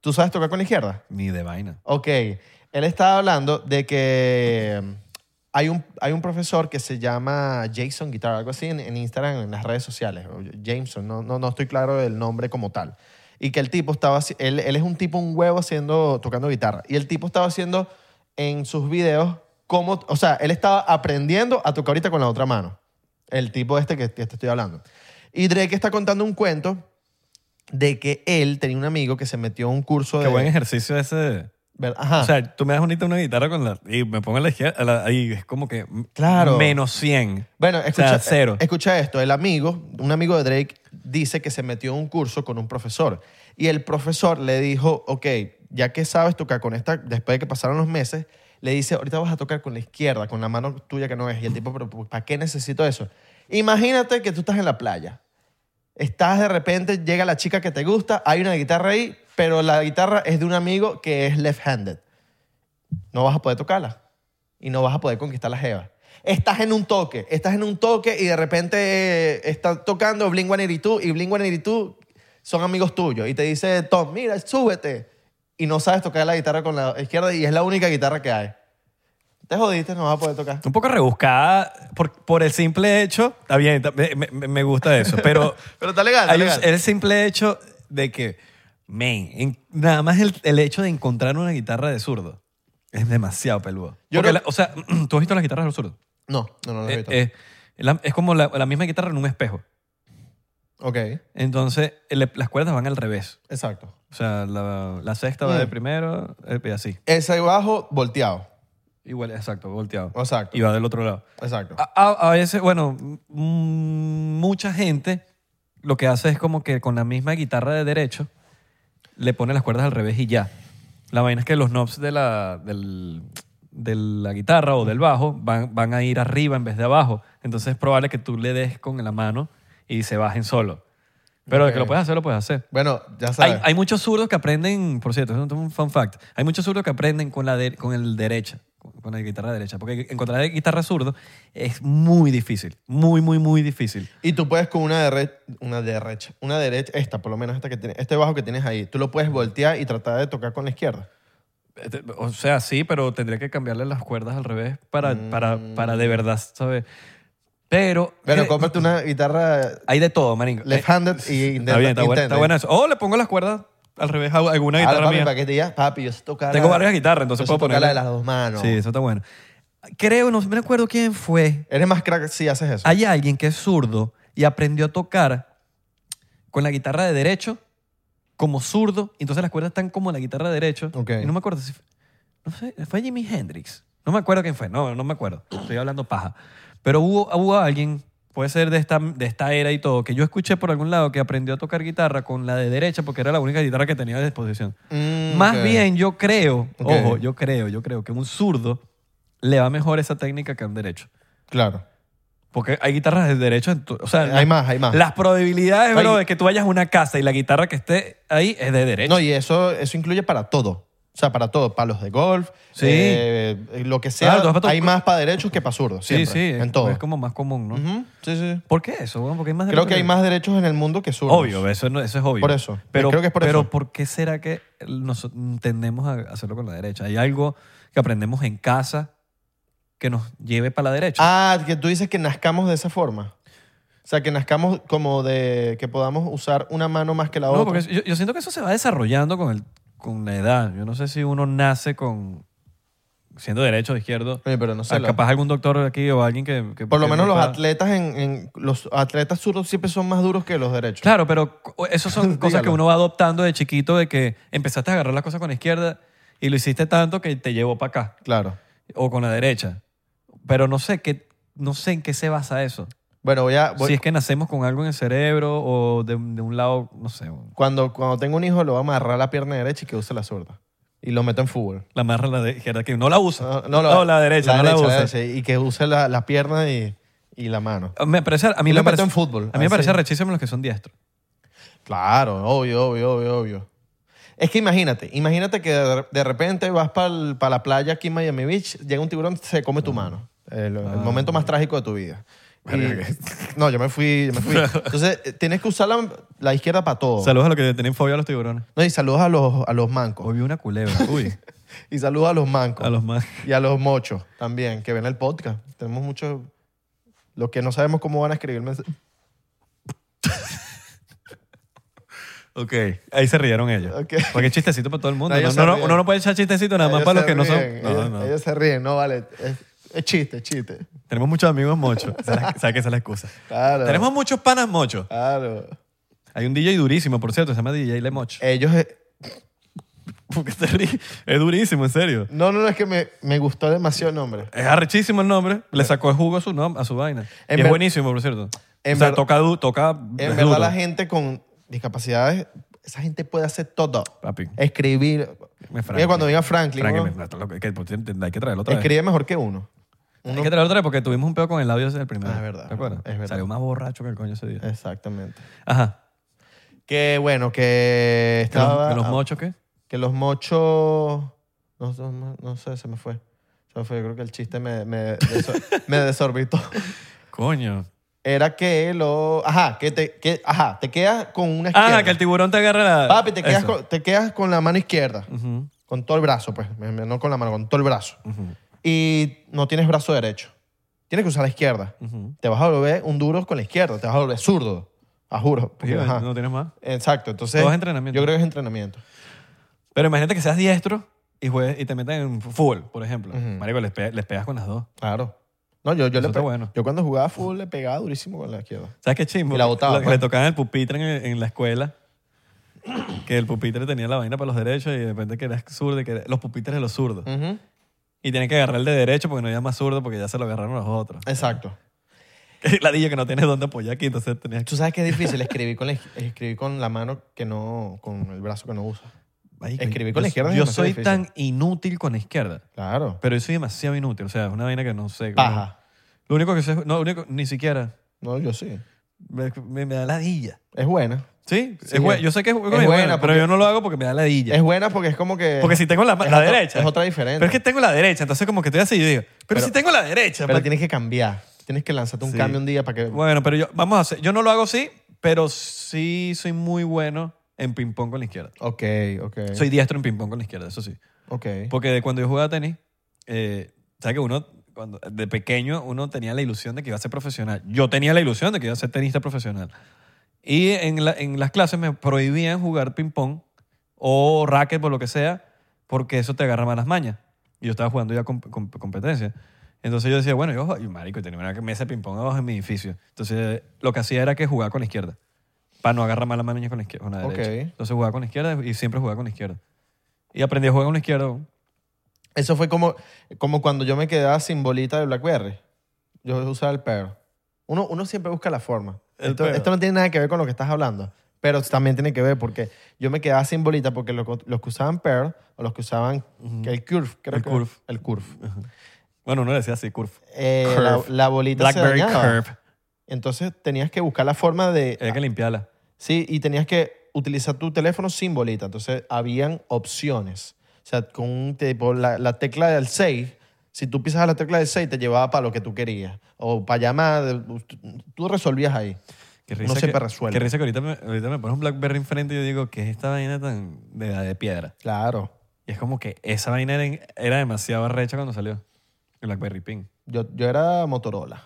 [SPEAKER 1] ¿Tú sabes tocar con la izquierda?
[SPEAKER 2] Ni de vaina.
[SPEAKER 1] Ok. Él estaba hablando de que mm, hay un, hay un profesor que se llama Jason Guitar, algo así en, en Instagram, en las redes sociales. o Jameson, no, no, no estoy claro del nombre como tal. Y que el tipo estaba, haci- él, él es un tipo, un huevo haciendo, tocando guitarra. Y el tipo estaba haciendo en sus videos cómo, o sea, él estaba aprendiendo a tocar ahorita con la otra mano. El tipo este que que te estoy hablando. Y Drake está contando un cuento de que él tenía un amigo que se metió a un curso
[SPEAKER 2] Qué
[SPEAKER 1] de...
[SPEAKER 2] buen ejercicio ese. de-
[SPEAKER 1] ver- Ajá.
[SPEAKER 2] O sea, tú me das ahorita una guitarra con la, y me pongo a la izquierda a la- ahí es como que m-
[SPEAKER 1] Claro.
[SPEAKER 2] menos 100.
[SPEAKER 1] Bueno, escucha,
[SPEAKER 2] sea, cero.
[SPEAKER 1] escucha esto. El amigo, un amigo de Drake, dice que se metió en un curso con un profesor. Y el profesor le dijo, ok, ya que sabes tocar con esta, después de que pasaron los meses, le dice, ahorita vas a tocar con la izquierda, con la mano tuya que no es. Y el tipo, pero pues, ¿para qué necesito eso? Imagínate que tú estás en la playa. Estás de repente, llega la chica que te gusta, hay una guitarra ahí, pero la guitarra es de un amigo que es left-handed. No vas a poder tocarla y no vas a poder conquistar la jeva. Estás en un toque, estás en un toque y de repente eh, estás tocando Blink-182 y Blink-182 son amigos tuyos y te dice Tom, mira, súbete y no sabes tocar la guitarra con la izquierda y es la única guitarra que hay. Te jodiste, no vas a poder tocar.
[SPEAKER 2] Un poco rebuscada por, por el simple hecho. Está bien, está- me, me- me gusta eso. Pero
[SPEAKER 1] Pero está legal, está
[SPEAKER 2] hay un-
[SPEAKER 1] legal.
[SPEAKER 2] el simple hecho de que, man, en- nada más el, el hecho de encontrar una guitarra de zurdo es demasiado peludo.
[SPEAKER 1] Yo
[SPEAKER 2] Porque
[SPEAKER 1] creo-
[SPEAKER 2] la- o sea, ¿tú has visto las guitarras de los zurdos?
[SPEAKER 1] No, no, no lo he
[SPEAKER 2] Eh,
[SPEAKER 1] visto.
[SPEAKER 2] eh, la- es como la, la misma guitarra en un espejo.
[SPEAKER 1] ok,
[SPEAKER 2] Entonces, el- las cuerdas van al revés.
[SPEAKER 1] exacto.
[SPEAKER 2] O sea, la, la sexta va de
[SPEAKER 1] Mm.
[SPEAKER 2] primero eh, y así.
[SPEAKER 1] Ese bajo volteado.
[SPEAKER 2] Igual, exacto, volteado.
[SPEAKER 1] Exacto,
[SPEAKER 2] Y va del otro lado.
[SPEAKER 1] exacto.
[SPEAKER 2] A, a- a veces, bueno, mm, mucha gente lo que hace es como que con la misma guitarra de derecho le pone las cuerdas al revés y ya. La vaina es que los knobs de la, del- de la guitarra o del bajo van, van a ir arriba en vez de abajo. Entonces es probable que tú le des con la mano y se bajen solo. Pero de que
[SPEAKER 1] Ok.
[SPEAKER 2] lo puedes hacer, lo puedes hacer.
[SPEAKER 1] Bueno, ya
[SPEAKER 2] Hay,
[SPEAKER 1] sabes.
[SPEAKER 2] hay muchos zurdos que aprenden, por cierto, es un fun fact. Hay muchos zurdos que aprenden con la de- con el derecha, con- con la guitarra derecha, porque encontrar guitarra zurdo es muy difícil, muy muy muy difícil.
[SPEAKER 1] Y tú puedes con una derecha, una derecha, una derecha, esta por lo menos esta que tiene, este bajo que tienes ahí, tú lo puedes voltear y tratar de tocar con la izquierda.
[SPEAKER 2] Este, O sea, sí, pero tendría que cambiarle las cuerdas al revés para para para de verdad, ¿sabes? Pero
[SPEAKER 1] Bueno,
[SPEAKER 2] eh,
[SPEAKER 1] cómprate una guitarra
[SPEAKER 2] hay de todo, manín.
[SPEAKER 1] left-handed y
[SPEAKER 2] Está bien, está buena, está
[SPEAKER 1] intenta.
[SPEAKER 2] buena eso. O le pongo las cuerdas al revés a alguna
[SPEAKER 1] Ah,
[SPEAKER 2] guitarra
[SPEAKER 1] papi,
[SPEAKER 2] mía.
[SPEAKER 1] para que te digas, papi, yo sé tocar.
[SPEAKER 2] Tengo
[SPEAKER 1] la-
[SPEAKER 2] varias
[SPEAKER 1] yo
[SPEAKER 2] guitarras, entonces
[SPEAKER 1] sé
[SPEAKER 2] puedo
[SPEAKER 1] tocar la
[SPEAKER 2] ponerle
[SPEAKER 1] de las dos manos.
[SPEAKER 2] Sí, eso está bueno. Creo, no me acuerdo quién fue,
[SPEAKER 1] Eres más crack si haces eso.
[SPEAKER 2] hay alguien que es zurdo y aprendió a tocar con la guitarra de derecho como zurdo, y entonces las cuerdas están como en la guitarra de derecho.
[SPEAKER 1] Ok.
[SPEAKER 2] Y no me acuerdo si fue, no sé, fue Jimi Hendrix. No me acuerdo quién fue, no, no me acuerdo. Estoy hablando paja. Pero hubo, hubo alguien, puede ser de esta, de esta era y todo, que yo escuché por algún lado que aprendió a tocar guitarra con la de derecha porque era la única guitarra que tenía a disposición.
[SPEAKER 1] Mm,
[SPEAKER 2] Más
[SPEAKER 1] ok.
[SPEAKER 2] bien, yo creo,
[SPEAKER 1] Ok.
[SPEAKER 2] ojo, yo creo, yo creo que un zurdo le va mejor esa técnica que a un derecho.
[SPEAKER 1] Claro.
[SPEAKER 2] Porque hay guitarras de derecho. en tu- o sea,
[SPEAKER 1] Eh, Hay
[SPEAKER 2] la-
[SPEAKER 1] más, hay más.
[SPEAKER 2] las probabilidades,
[SPEAKER 1] Hay-
[SPEAKER 2] bro, de que tú vayas a una casa y la guitarra que esté ahí es de derecho.
[SPEAKER 1] No, y eso, eso incluye para todo. O sea, para todo. Palos de golf,
[SPEAKER 2] Sí.
[SPEAKER 1] eh, lo que sea.
[SPEAKER 2] Claro, tú vas para tu-
[SPEAKER 1] hay más para derechos que para zurdos.
[SPEAKER 2] sí,
[SPEAKER 1] Siempre,
[SPEAKER 2] sí. Es,
[SPEAKER 1] En todo.
[SPEAKER 2] es como más común, ¿no?
[SPEAKER 1] Ujú, Sí, sí.
[SPEAKER 2] ¿Por qué eso, weón? Porque hay más
[SPEAKER 1] Creo
[SPEAKER 2] derechos
[SPEAKER 1] que hay más derechos en el mundo que zurdos.
[SPEAKER 2] Obvio, eso, no- eso es obvio.
[SPEAKER 1] Por eso. eh,
[SPEAKER 2] Pero,
[SPEAKER 1] Creo que es por
[SPEAKER 2] pero
[SPEAKER 1] eso.
[SPEAKER 2] ¿por qué será que nos tendemos a hacerlo con la derecha? ¿Hay algo que aprendemos en casa que nos lleve para la derecha?
[SPEAKER 1] Ah, que tú dices que nazcamos de esa forma. O sea, que nazcamos como de que podamos usar una mano más que la
[SPEAKER 2] no,
[SPEAKER 1] otra.
[SPEAKER 2] porque yo, yo siento que eso se va desarrollando con, el, con la edad. Yo no sé si uno nace con siendo derecho o izquierdo,
[SPEAKER 1] Oye, pero no sé.
[SPEAKER 2] ah,
[SPEAKER 1] la-
[SPEAKER 2] capaz algún doctor aquí o alguien que... que-
[SPEAKER 1] por lo
[SPEAKER 2] que
[SPEAKER 1] menos los
[SPEAKER 2] sepa.
[SPEAKER 1] atletas en, en- los atletas zurdos siempre son más duros que los derechos.
[SPEAKER 2] Claro, pero cu- esas son cosas que
[SPEAKER 1] Dígalo.
[SPEAKER 2] uno va adoptando de chiquito, de que empezaste a agarrar las cosas con la izquierda y lo hiciste tanto que te llevó para acá,
[SPEAKER 1] Claro.
[SPEAKER 2] o con la derecha. Pero no sé, qué, no sé en qué se basa eso.
[SPEAKER 1] Bueno, voy a. voy-
[SPEAKER 2] Si es que nacemos con algo en el cerebro o de, de un lado, no sé,
[SPEAKER 1] cuando, cuando tengo un hijo, lo voy a amarrar la pierna derecha y que use la zurda. Y lo meto en fútbol.
[SPEAKER 2] la marra la de- izquierda que no la usa.
[SPEAKER 1] No, no,
[SPEAKER 2] No, la derecha, no la usa.
[SPEAKER 1] derecha. y que use la, la pierna y, y la mano.
[SPEAKER 2] Me parece, a
[SPEAKER 1] Y
[SPEAKER 2] mí
[SPEAKER 1] lo
[SPEAKER 2] me
[SPEAKER 1] meto
[SPEAKER 2] parece,
[SPEAKER 1] en fútbol.
[SPEAKER 2] a mí me
[SPEAKER 1] así.
[SPEAKER 2] parece rechísimo los que son diestros.
[SPEAKER 1] Claro, obvio, obvio, obvio, obvio. Es que imagínate, imagínate que de, de repente vas para la playa aquí en Miami Beach, llega un tiburón, se come tu mano. El, el
[SPEAKER 2] Ah,
[SPEAKER 1] momento más trágico de tu vida. Y- no, yo me fui, yo me fui. Entonces, eh, tienes que usar la, la izquierda para todo.
[SPEAKER 2] Saludos a los que tienen fobia a los tiburones.
[SPEAKER 1] no, y saludos a los, a los mancos.
[SPEAKER 2] Hoy vi una culebra. Uy,
[SPEAKER 1] Y saludos a los mancos.
[SPEAKER 2] a los más.
[SPEAKER 1] Y a los mochos también, que ven el podcast. Tenemos muchos... Los que no sabemos cómo van a escribir mensajes.
[SPEAKER 2] Ok. Ahí se rieron ellos.
[SPEAKER 1] Ok.
[SPEAKER 2] Porque es chistecito para todo el mundo.
[SPEAKER 1] No, ellos
[SPEAKER 2] No,
[SPEAKER 1] se
[SPEAKER 2] no,
[SPEAKER 1] ríen.
[SPEAKER 2] uno no puede echar chistecito nada más
[SPEAKER 1] Ellos
[SPEAKER 2] para
[SPEAKER 1] se
[SPEAKER 2] los que no son.
[SPEAKER 1] ríen,
[SPEAKER 2] No,
[SPEAKER 1] ellos,
[SPEAKER 2] no.
[SPEAKER 1] ellos se ríen, no vale. Es, es chiste, es chiste.
[SPEAKER 2] Tenemos muchos amigos mochos. ¿Sabes qué es la excusa?
[SPEAKER 1] Claro.
[SPEAKER 2] Tenemos muchos panas mochos.
[SPEAKER 1] Claro.
[SPEAKER 2] Hay un DJ durísimo, por cierto, se llama DJ Le Moch.
[SPEAKER 1] Ellos. eh,
[SPEAKER 2] ¿Por qué te ríes? Es durísimo, en serio.
[SPEAKER 1] No, no, no, es que me, me gustó demasiado el nombre.
[SPEAKER 2] Es arrechísimo el nombre. Le sacó el jugo a su, nom- a su vaina.
[SPEAKER 1] En
[SPEAKER 2] Y es
[SPEAKER 1] ver-
[SPEAKER 2] buenísimo, por cierto.
[SPEAKER 1] en
[SPEAKER 2] o sea,
[SPEAKER 1] ver-
[SPEAKER 2] toca, du- toca
[SPEAKER 1] En
[SPEAKER 2] es
[SPEAKER 1] verdad,
[SPEAKER 2] duro,
[SPEAKER 1] la gente con discapacidades, esa gente puede hacer todo.
[SPEAKER 2] Papi.
[SPEAKER 1] Escribir.
[SPEAKER 2] Me Franklin.
[SPEAKER 1] Eh, Mira, cuando diga Franklin,
[SPEAKER 2] Franklin,
[SPEAKER 1] ¿no?
[SPEAKER 2] me- está loco, es que, pues, hay que traerlo otra vez.
[SPEAKER 1] escribe mejor que uno.
[SPEAKER 2] Hay que traerlo otra vez porque tuvimos un pedo con el labio ese del primero.
[SPEAKER 1] Ah, es verdad,
[SPEAKER 2] ¿Te acuerdas?
[SPEAKER 1] es verdad.
[SPEAKER 2] Salió más borracho que el coño ese día.
[SPEAKER 1] Exactamente.
[SPEAKER 2] Ajá.
[SPEAKER 1] Que bueno, que
[SPEAKER 2] ¿Que los-
[SPEAKER 1] estaba.
[SPEAKER 2] que los
[SPEAKER 1] ah,
[SPEAKER 2] mochos qué?
[SPEAKER 1] que los mochos. No, no- no sé, se me fue. Se me fue. Yo creo que el chiste me, me, desor- me desorbitó.
[SPEAKER 2] Coño.
[SPEAKER 1] Era que lo. Ajá, que te, que, ajá, te quedas con una izquierda.
[SPEAKER 2] Ah, que el tiburón te agarra la...
[SPEAKER 1] Papi, te quedas,
[SPEAKER 2] Eso.
[SPEAKER 1] con, te quedas con la mano izquierda,
[SPEAKER 2] Ujú,
[SPEAKER 1] con todo el brazo, pues, me- me- no con la mano, con todo el brazo.
[SPEAKER 2] ujú,
[SPEAKER 1] Y no tienes brazo derecho. Tienes que usar la izquierda.
[SPEAKER 2] ujú.
[SPEAKER 1] Te vas a volver un duro con la izquierda, te vas a volver zurdo. A juro. porque,
[SPEAKER 2] Sí,
[SPEAKER 1] ajá.
[SPEAKER 2] no tienes más.
[SPEAKER 1] Exacto, entonces.
[SPEAKER 2] Todo es entrenamiento.
[SPEAKER 1] Yo creo que es entrenamiento.
[SPEAKER 2] Pero imagínate que seas diestro y, juegues, y te metan en fútbol, por ejemplo.
[SPEAKER 1] Ujú.
[SPEAKER 2] Marico, les, pe- les pegas con las dos.
[SPEAKER 1] Claro. No, yo, yo,
[SPEAKER 2] Eso
[SPEAKER 1] le
[SPEAKER 2] está
[SPEAKER 1] pe-
[SPEAKER 2] bueno.
[SPEAKER 1] yo cuando jugaba fútbol le pegaba durísimo con la izquierda.
[SPEAKER 2] ¿Sabes qué chimbo?
[SPEAKER 1] Y la botaba,
[SPEAKER 2] Lo que
[SPEAKER 1] pues.
[SPEAKER 2] le tocaban el pupitre en, en la escuela. Que el pupitre tenía la vaina para los derechos y de repente que eras zurdo y que era- los pupitres de los zurdos.
[SPEAKER 1] Ujú.
[SPEAKER 2] Y tienen que agarrar el de derecho porque no había más zurdo porque ya se lo agarraron los otros.
[SPEAKER 1] Exacto.
[SPEAKER 2] La dilla que no tienes dónde apoyar aquí, entonces tenías que...
[SPEAKER 1] Tú sabes que es difícil escribir con la, iz- escribir con la mano que no. con el brazo que no usa.
[SPEAKER 2] Marico,
[SPEAKER 1] Escribir con
[SPEAKER 2] yo-
[SPEAKER 1] la izquierda es
[SPEAKER 2] Yo
[SPEAKER 1] demasiado
[SPEAKER 2] soy
[SPEAKER 1] difícil.
[SPEAKER 2] tan inútil con la izquierda.
[SPEAKER 1] Claro.
[SPEAKER 2] Pero yo soy demasiado inútil. O sea, es una vaina que no sé. cómo-
[SPEAKER 1] Paja.
[SPEAKER 2] Lo único que sé... No, lo único... Ni siquiera.
[SPEAKER 1] No, yo sí.
[SPEAKER 2] Me, me- me da ladilla.
[SPEAKER 1] Es buena.
[SPEAKER 2] ¿Sí?
[SPEAKER 1] Sí,
[SPEAKER 2] es bue-
[SPEAKER 1] es-
[SPEAKER 2] yo sé que es,
[SPEAKER 1] buena
[SPEAKER 2] pero
[SPEAKER 1] porque-
[SPEAKER 2] yo no lo hago porque me da ladilla.
[SPEAKER 1] Es buena porque es como que.
[SPEAKER 2] Porque si tengo la, ma-
[SPEAKER 1] es
[SPEAKER 2] la
[SPEAKER 1] otra-
[SPEAKER 2] derecha.
[SPEAKER 1] Es otra diferente.
[SPEAKER 2] Pero es que tengo la derecha, entonces como que estoy así y digo, pero, si tengo la derecha.
[SPEAKER 1] Pero
[SPEAKER 2] pa-
[SPEAKER 1] tienes que cambiar. Tienes que lanzarte un
[SPEAKER 2] Sí.
[SPEAKER 1] cambio un día para que.
[SPEAKER 2] Bueno, pero yo, vamos a hacer, yo no lo hago así, pero sí soy muy bueno en ping-pong con la izquierda.
[SPEAKER 1] Ok, ok.
[SPEAKER 2] Soy diestro en ping-pong con la izquierda, eso sí.
[SPEAKER 1] Ok.
[SPEAKER 2] Porque de cuando yo jugaba tenis, eh, ¿sabes que uno, cuando, de pequeño, uno tenía la ilusión de que iba a ser profesional? Yo tenía la ilusión de que iba a ser tenista profesional. Y en, la- en las clases me prohibían jugar ping-pong o racket o lo que sea, porque eso te agarra malas mañas. Y yo estaba jugando ya comp- comp- competencia. Entonces yo decía, bueno, yo, y marico, tenía una mesa de ping-pong abajo en mi edificio. Entonces lo que hacía era que jugaba con la izquierda, para no agarrar malas mañas con la, izquierda, con la
[SPEAKER 1] Ok.
[SPEAKER 2] derecha. Entonces jugaba con la izquierda y siempre jugaba con la izquierda. Y aprendí a jugar con la izquierda. weón.
[SPEAKER 1] Eso fue como, como cuando yo me quedaba sin bolita de Blackberry. Yo usaba el perro. Uno, uno siempre busca la forma.
[SPEAKER 2] El
[SPEAKER 1] Esto,
[SPEAKER 2] pedo.
[SPEAKER 1] esto no tiene nada que ver con lo que estás hablando. Pero también tiene que ver porque yo me quedaba sin bolita porque los, los que usaban Pearl o los que usaban
[SPEAKER 2] Ujú.
[SPEAKER 1] el Curve, creo
[SPEAKER 2] El
[SPEAKER 1] que-
[SPEAKER 2] Curve.
[SPEAKER 1] El Curve.
[SPEAKER 2] Bueno, uno le decía así, curve.
[SPEAKER 1] Eh,
[SPEAKER 2] Curve.
[SPEAKER 1] La, la bolita
[SPEAKER 2] Blackberry
[SPEAKER 1] se dañaba.
[SPEAKER 2] curve.
[SPEAKER 1] Entonces tenías que buscar la forma de...
[SPEAKER 2] Había que limpiarla.
[SPEAKER 1] Sí, y tenías que utilizar tu teléfono sin bolita. Entonces, habían opciones. O sea, con un tipo, la, la tecla del 6, si tú pisabas la tecla del 6, te llevaba para lo que tú querías. O para llamar, tú- tú resolvías ahí.
[SPEAKER 2] Qué
[SPEAKER 1] Uno
[SPEAKER 2] risa que,
[SPEAKER 1] siempre resuelve.
[SPEAKER 2] Qué risa que ahorita me, ahorita me pones un Blackberry enfrente y yo digo, ¿qué es esta vaina tan de, de piedra?
[SPEAKER 1] Claro.
[SPEAKER 2] Y es como que esa vaina era, en- era demasiado arrecha cuando salió. El Blackberry Pin.
[SPEAKER 1] Yo, yo era Motorola.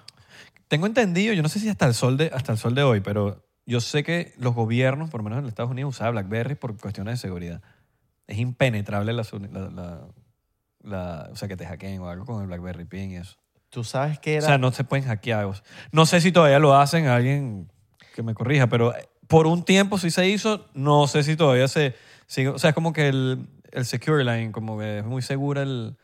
[SPEAKER 2] Tengo entendido, yo no sé si hasta el sol de, hasta el sol de hoy, pero yo sé que los gobiernos, por lo menos en los Estados Unidos, usaban Blackberry por cuestiones de seguridad. Es impenetrable la, su- la- la- la, o sea, que te hackeen o algo con el BlackBerry Pin y eso.
[SPEAKER 1] Tú sabes que
[SPEAKER 2] O
[SPEAKER 1] era.
[SPEAKER 2] sea, no se pueden hackear. o sea. No sé si todavía lo hacen, alguien que me corrija, pero eh, por un tiempo sí se hizo, no sé si todavía se... sigue- o sea, es como que el, el Secure Line, como que es muy segura el,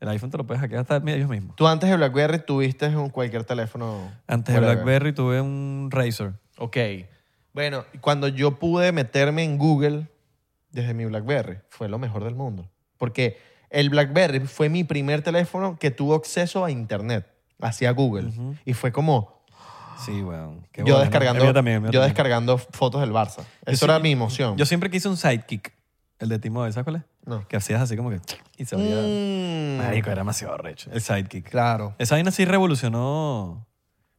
[SPEAKER 2] el iPhone, te lo puedes hackear hasta ellos mismos.
[SPEAKER 1] Tú antes de BlackBerry tuviste un cualquier teléfono.
[SPEAKER 2] Antes de
[SPEAKER 1] whatever.
[SPEAKER 2] BlackBerry tuve un Razer.
[SPEAKER 1] Ok. Bueno, cuando yo pude meterme en Google desde mi BlackBerry, fue lo mejor del mundo. Porque el BlackBerry fue mi primer teléfono que tuvo acceso a Internet, hacia Google.
[SPEAKER 2] Ujú.
[SPEAKER 1] Y fue como
[SPEAKER 2] Sí, weón. Qué
[SPEAKER 1] yo
[SPEAKER 2] bolas, ¿no?
[SPEAKER 1] descargando
[SPEAKER 2] El mío también, el mío
[SPEAKER 1] yo
[SPEAKER 2] también.
[SPEAKER 1] descargando fotos del Barça.
[SPEAKER 2] Yo
[SPEAKER 1] Eso
[SPEAKER 2] sí-
[SPEAKER 1] era mi emoción.
[SPEAKER 2] Yo siempre quise un sidekick, el de T-Mobile, ¿sabes cuál es?
[SPEAKER 1] No. Mm.
[SPEAKER 2] Que hacías así como que... Y se abría. Mm. Marico, era demasiado recho. El sidekick.
[SPEAKER 1] Claro.
[SPEAKER 2] Esa vaina sí revolucionó.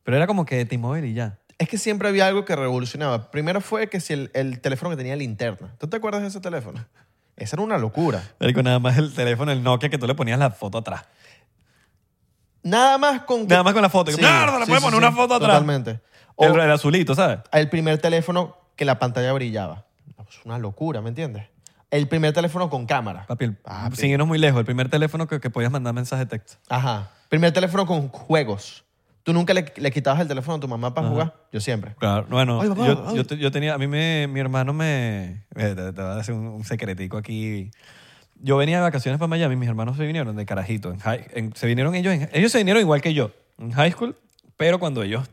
[SPEAKER 2] Pero era como que T-Mobile y ya.
[SPEAKER 1] Es que siempre había algo que revolucionaba. Primero fue que si el, el teléfono que tenía linterna. ¿Tú te acuerdas de ese teléfono? Esa era una locura.
[SPEAKER 2] Marico, nada más el teléfono, el Nokia, que tú le ponías la foto atrás.
[SPEAKER 1] Nada más con...
[SPEAKER 2] Nada más con la foto.
[SPEAKER 1] Sí,
[SPEAKER 2] ¡Mierda, le
[SPEAKER 1] sí,
[SPEAKER 2] puedes
[SPEAKER 1] sí,
[SPEAKER 2] poner
[SPEAKER 1] sí,
[SPEAKER 2] una foto atrás!
[SPEAKER 1] Totalmente. O
[SPEAKER 2] El, el azulito, ¿sabes?
[SPEAKER 1] el primer teléfono que la pantalla brillaba. Es una locura, ¿me entiendes? El primer teléfono con cámara.
[SPEAKER 2] Papi, el-
[SPEAKER 1] Papi.
[SPEAKER 2] sin irnos muy lejos, el primer teléfono que, que podías mandar mensaje de texto.
[SPEAKER 1] Ajá. Primer teléfono con juegos. Tú nunca le, le quitabas el teléfono a tu mamá para
[SPEAKER 2] Ajá.
[SPEAKER 1] jugar. Yo siempre.
[SPEAKER 2] Claro, bueno,
[SPEAKER 1] Ay, papá,
[SPEAKER 2] yo,
[SPEAKER 1] ay.
[SPEAKER 2] yo te- yo tenía, a mí me, mi hermano me, eh, te, te voy a hacer un, un secretico aquí. Yo venía de vacaciones para Miami, mis hermanos se vinieron de carajito, en high- en- se vinieron ellos, en- ellos se vinieron igual que yo, en high school, pero cuando ellos,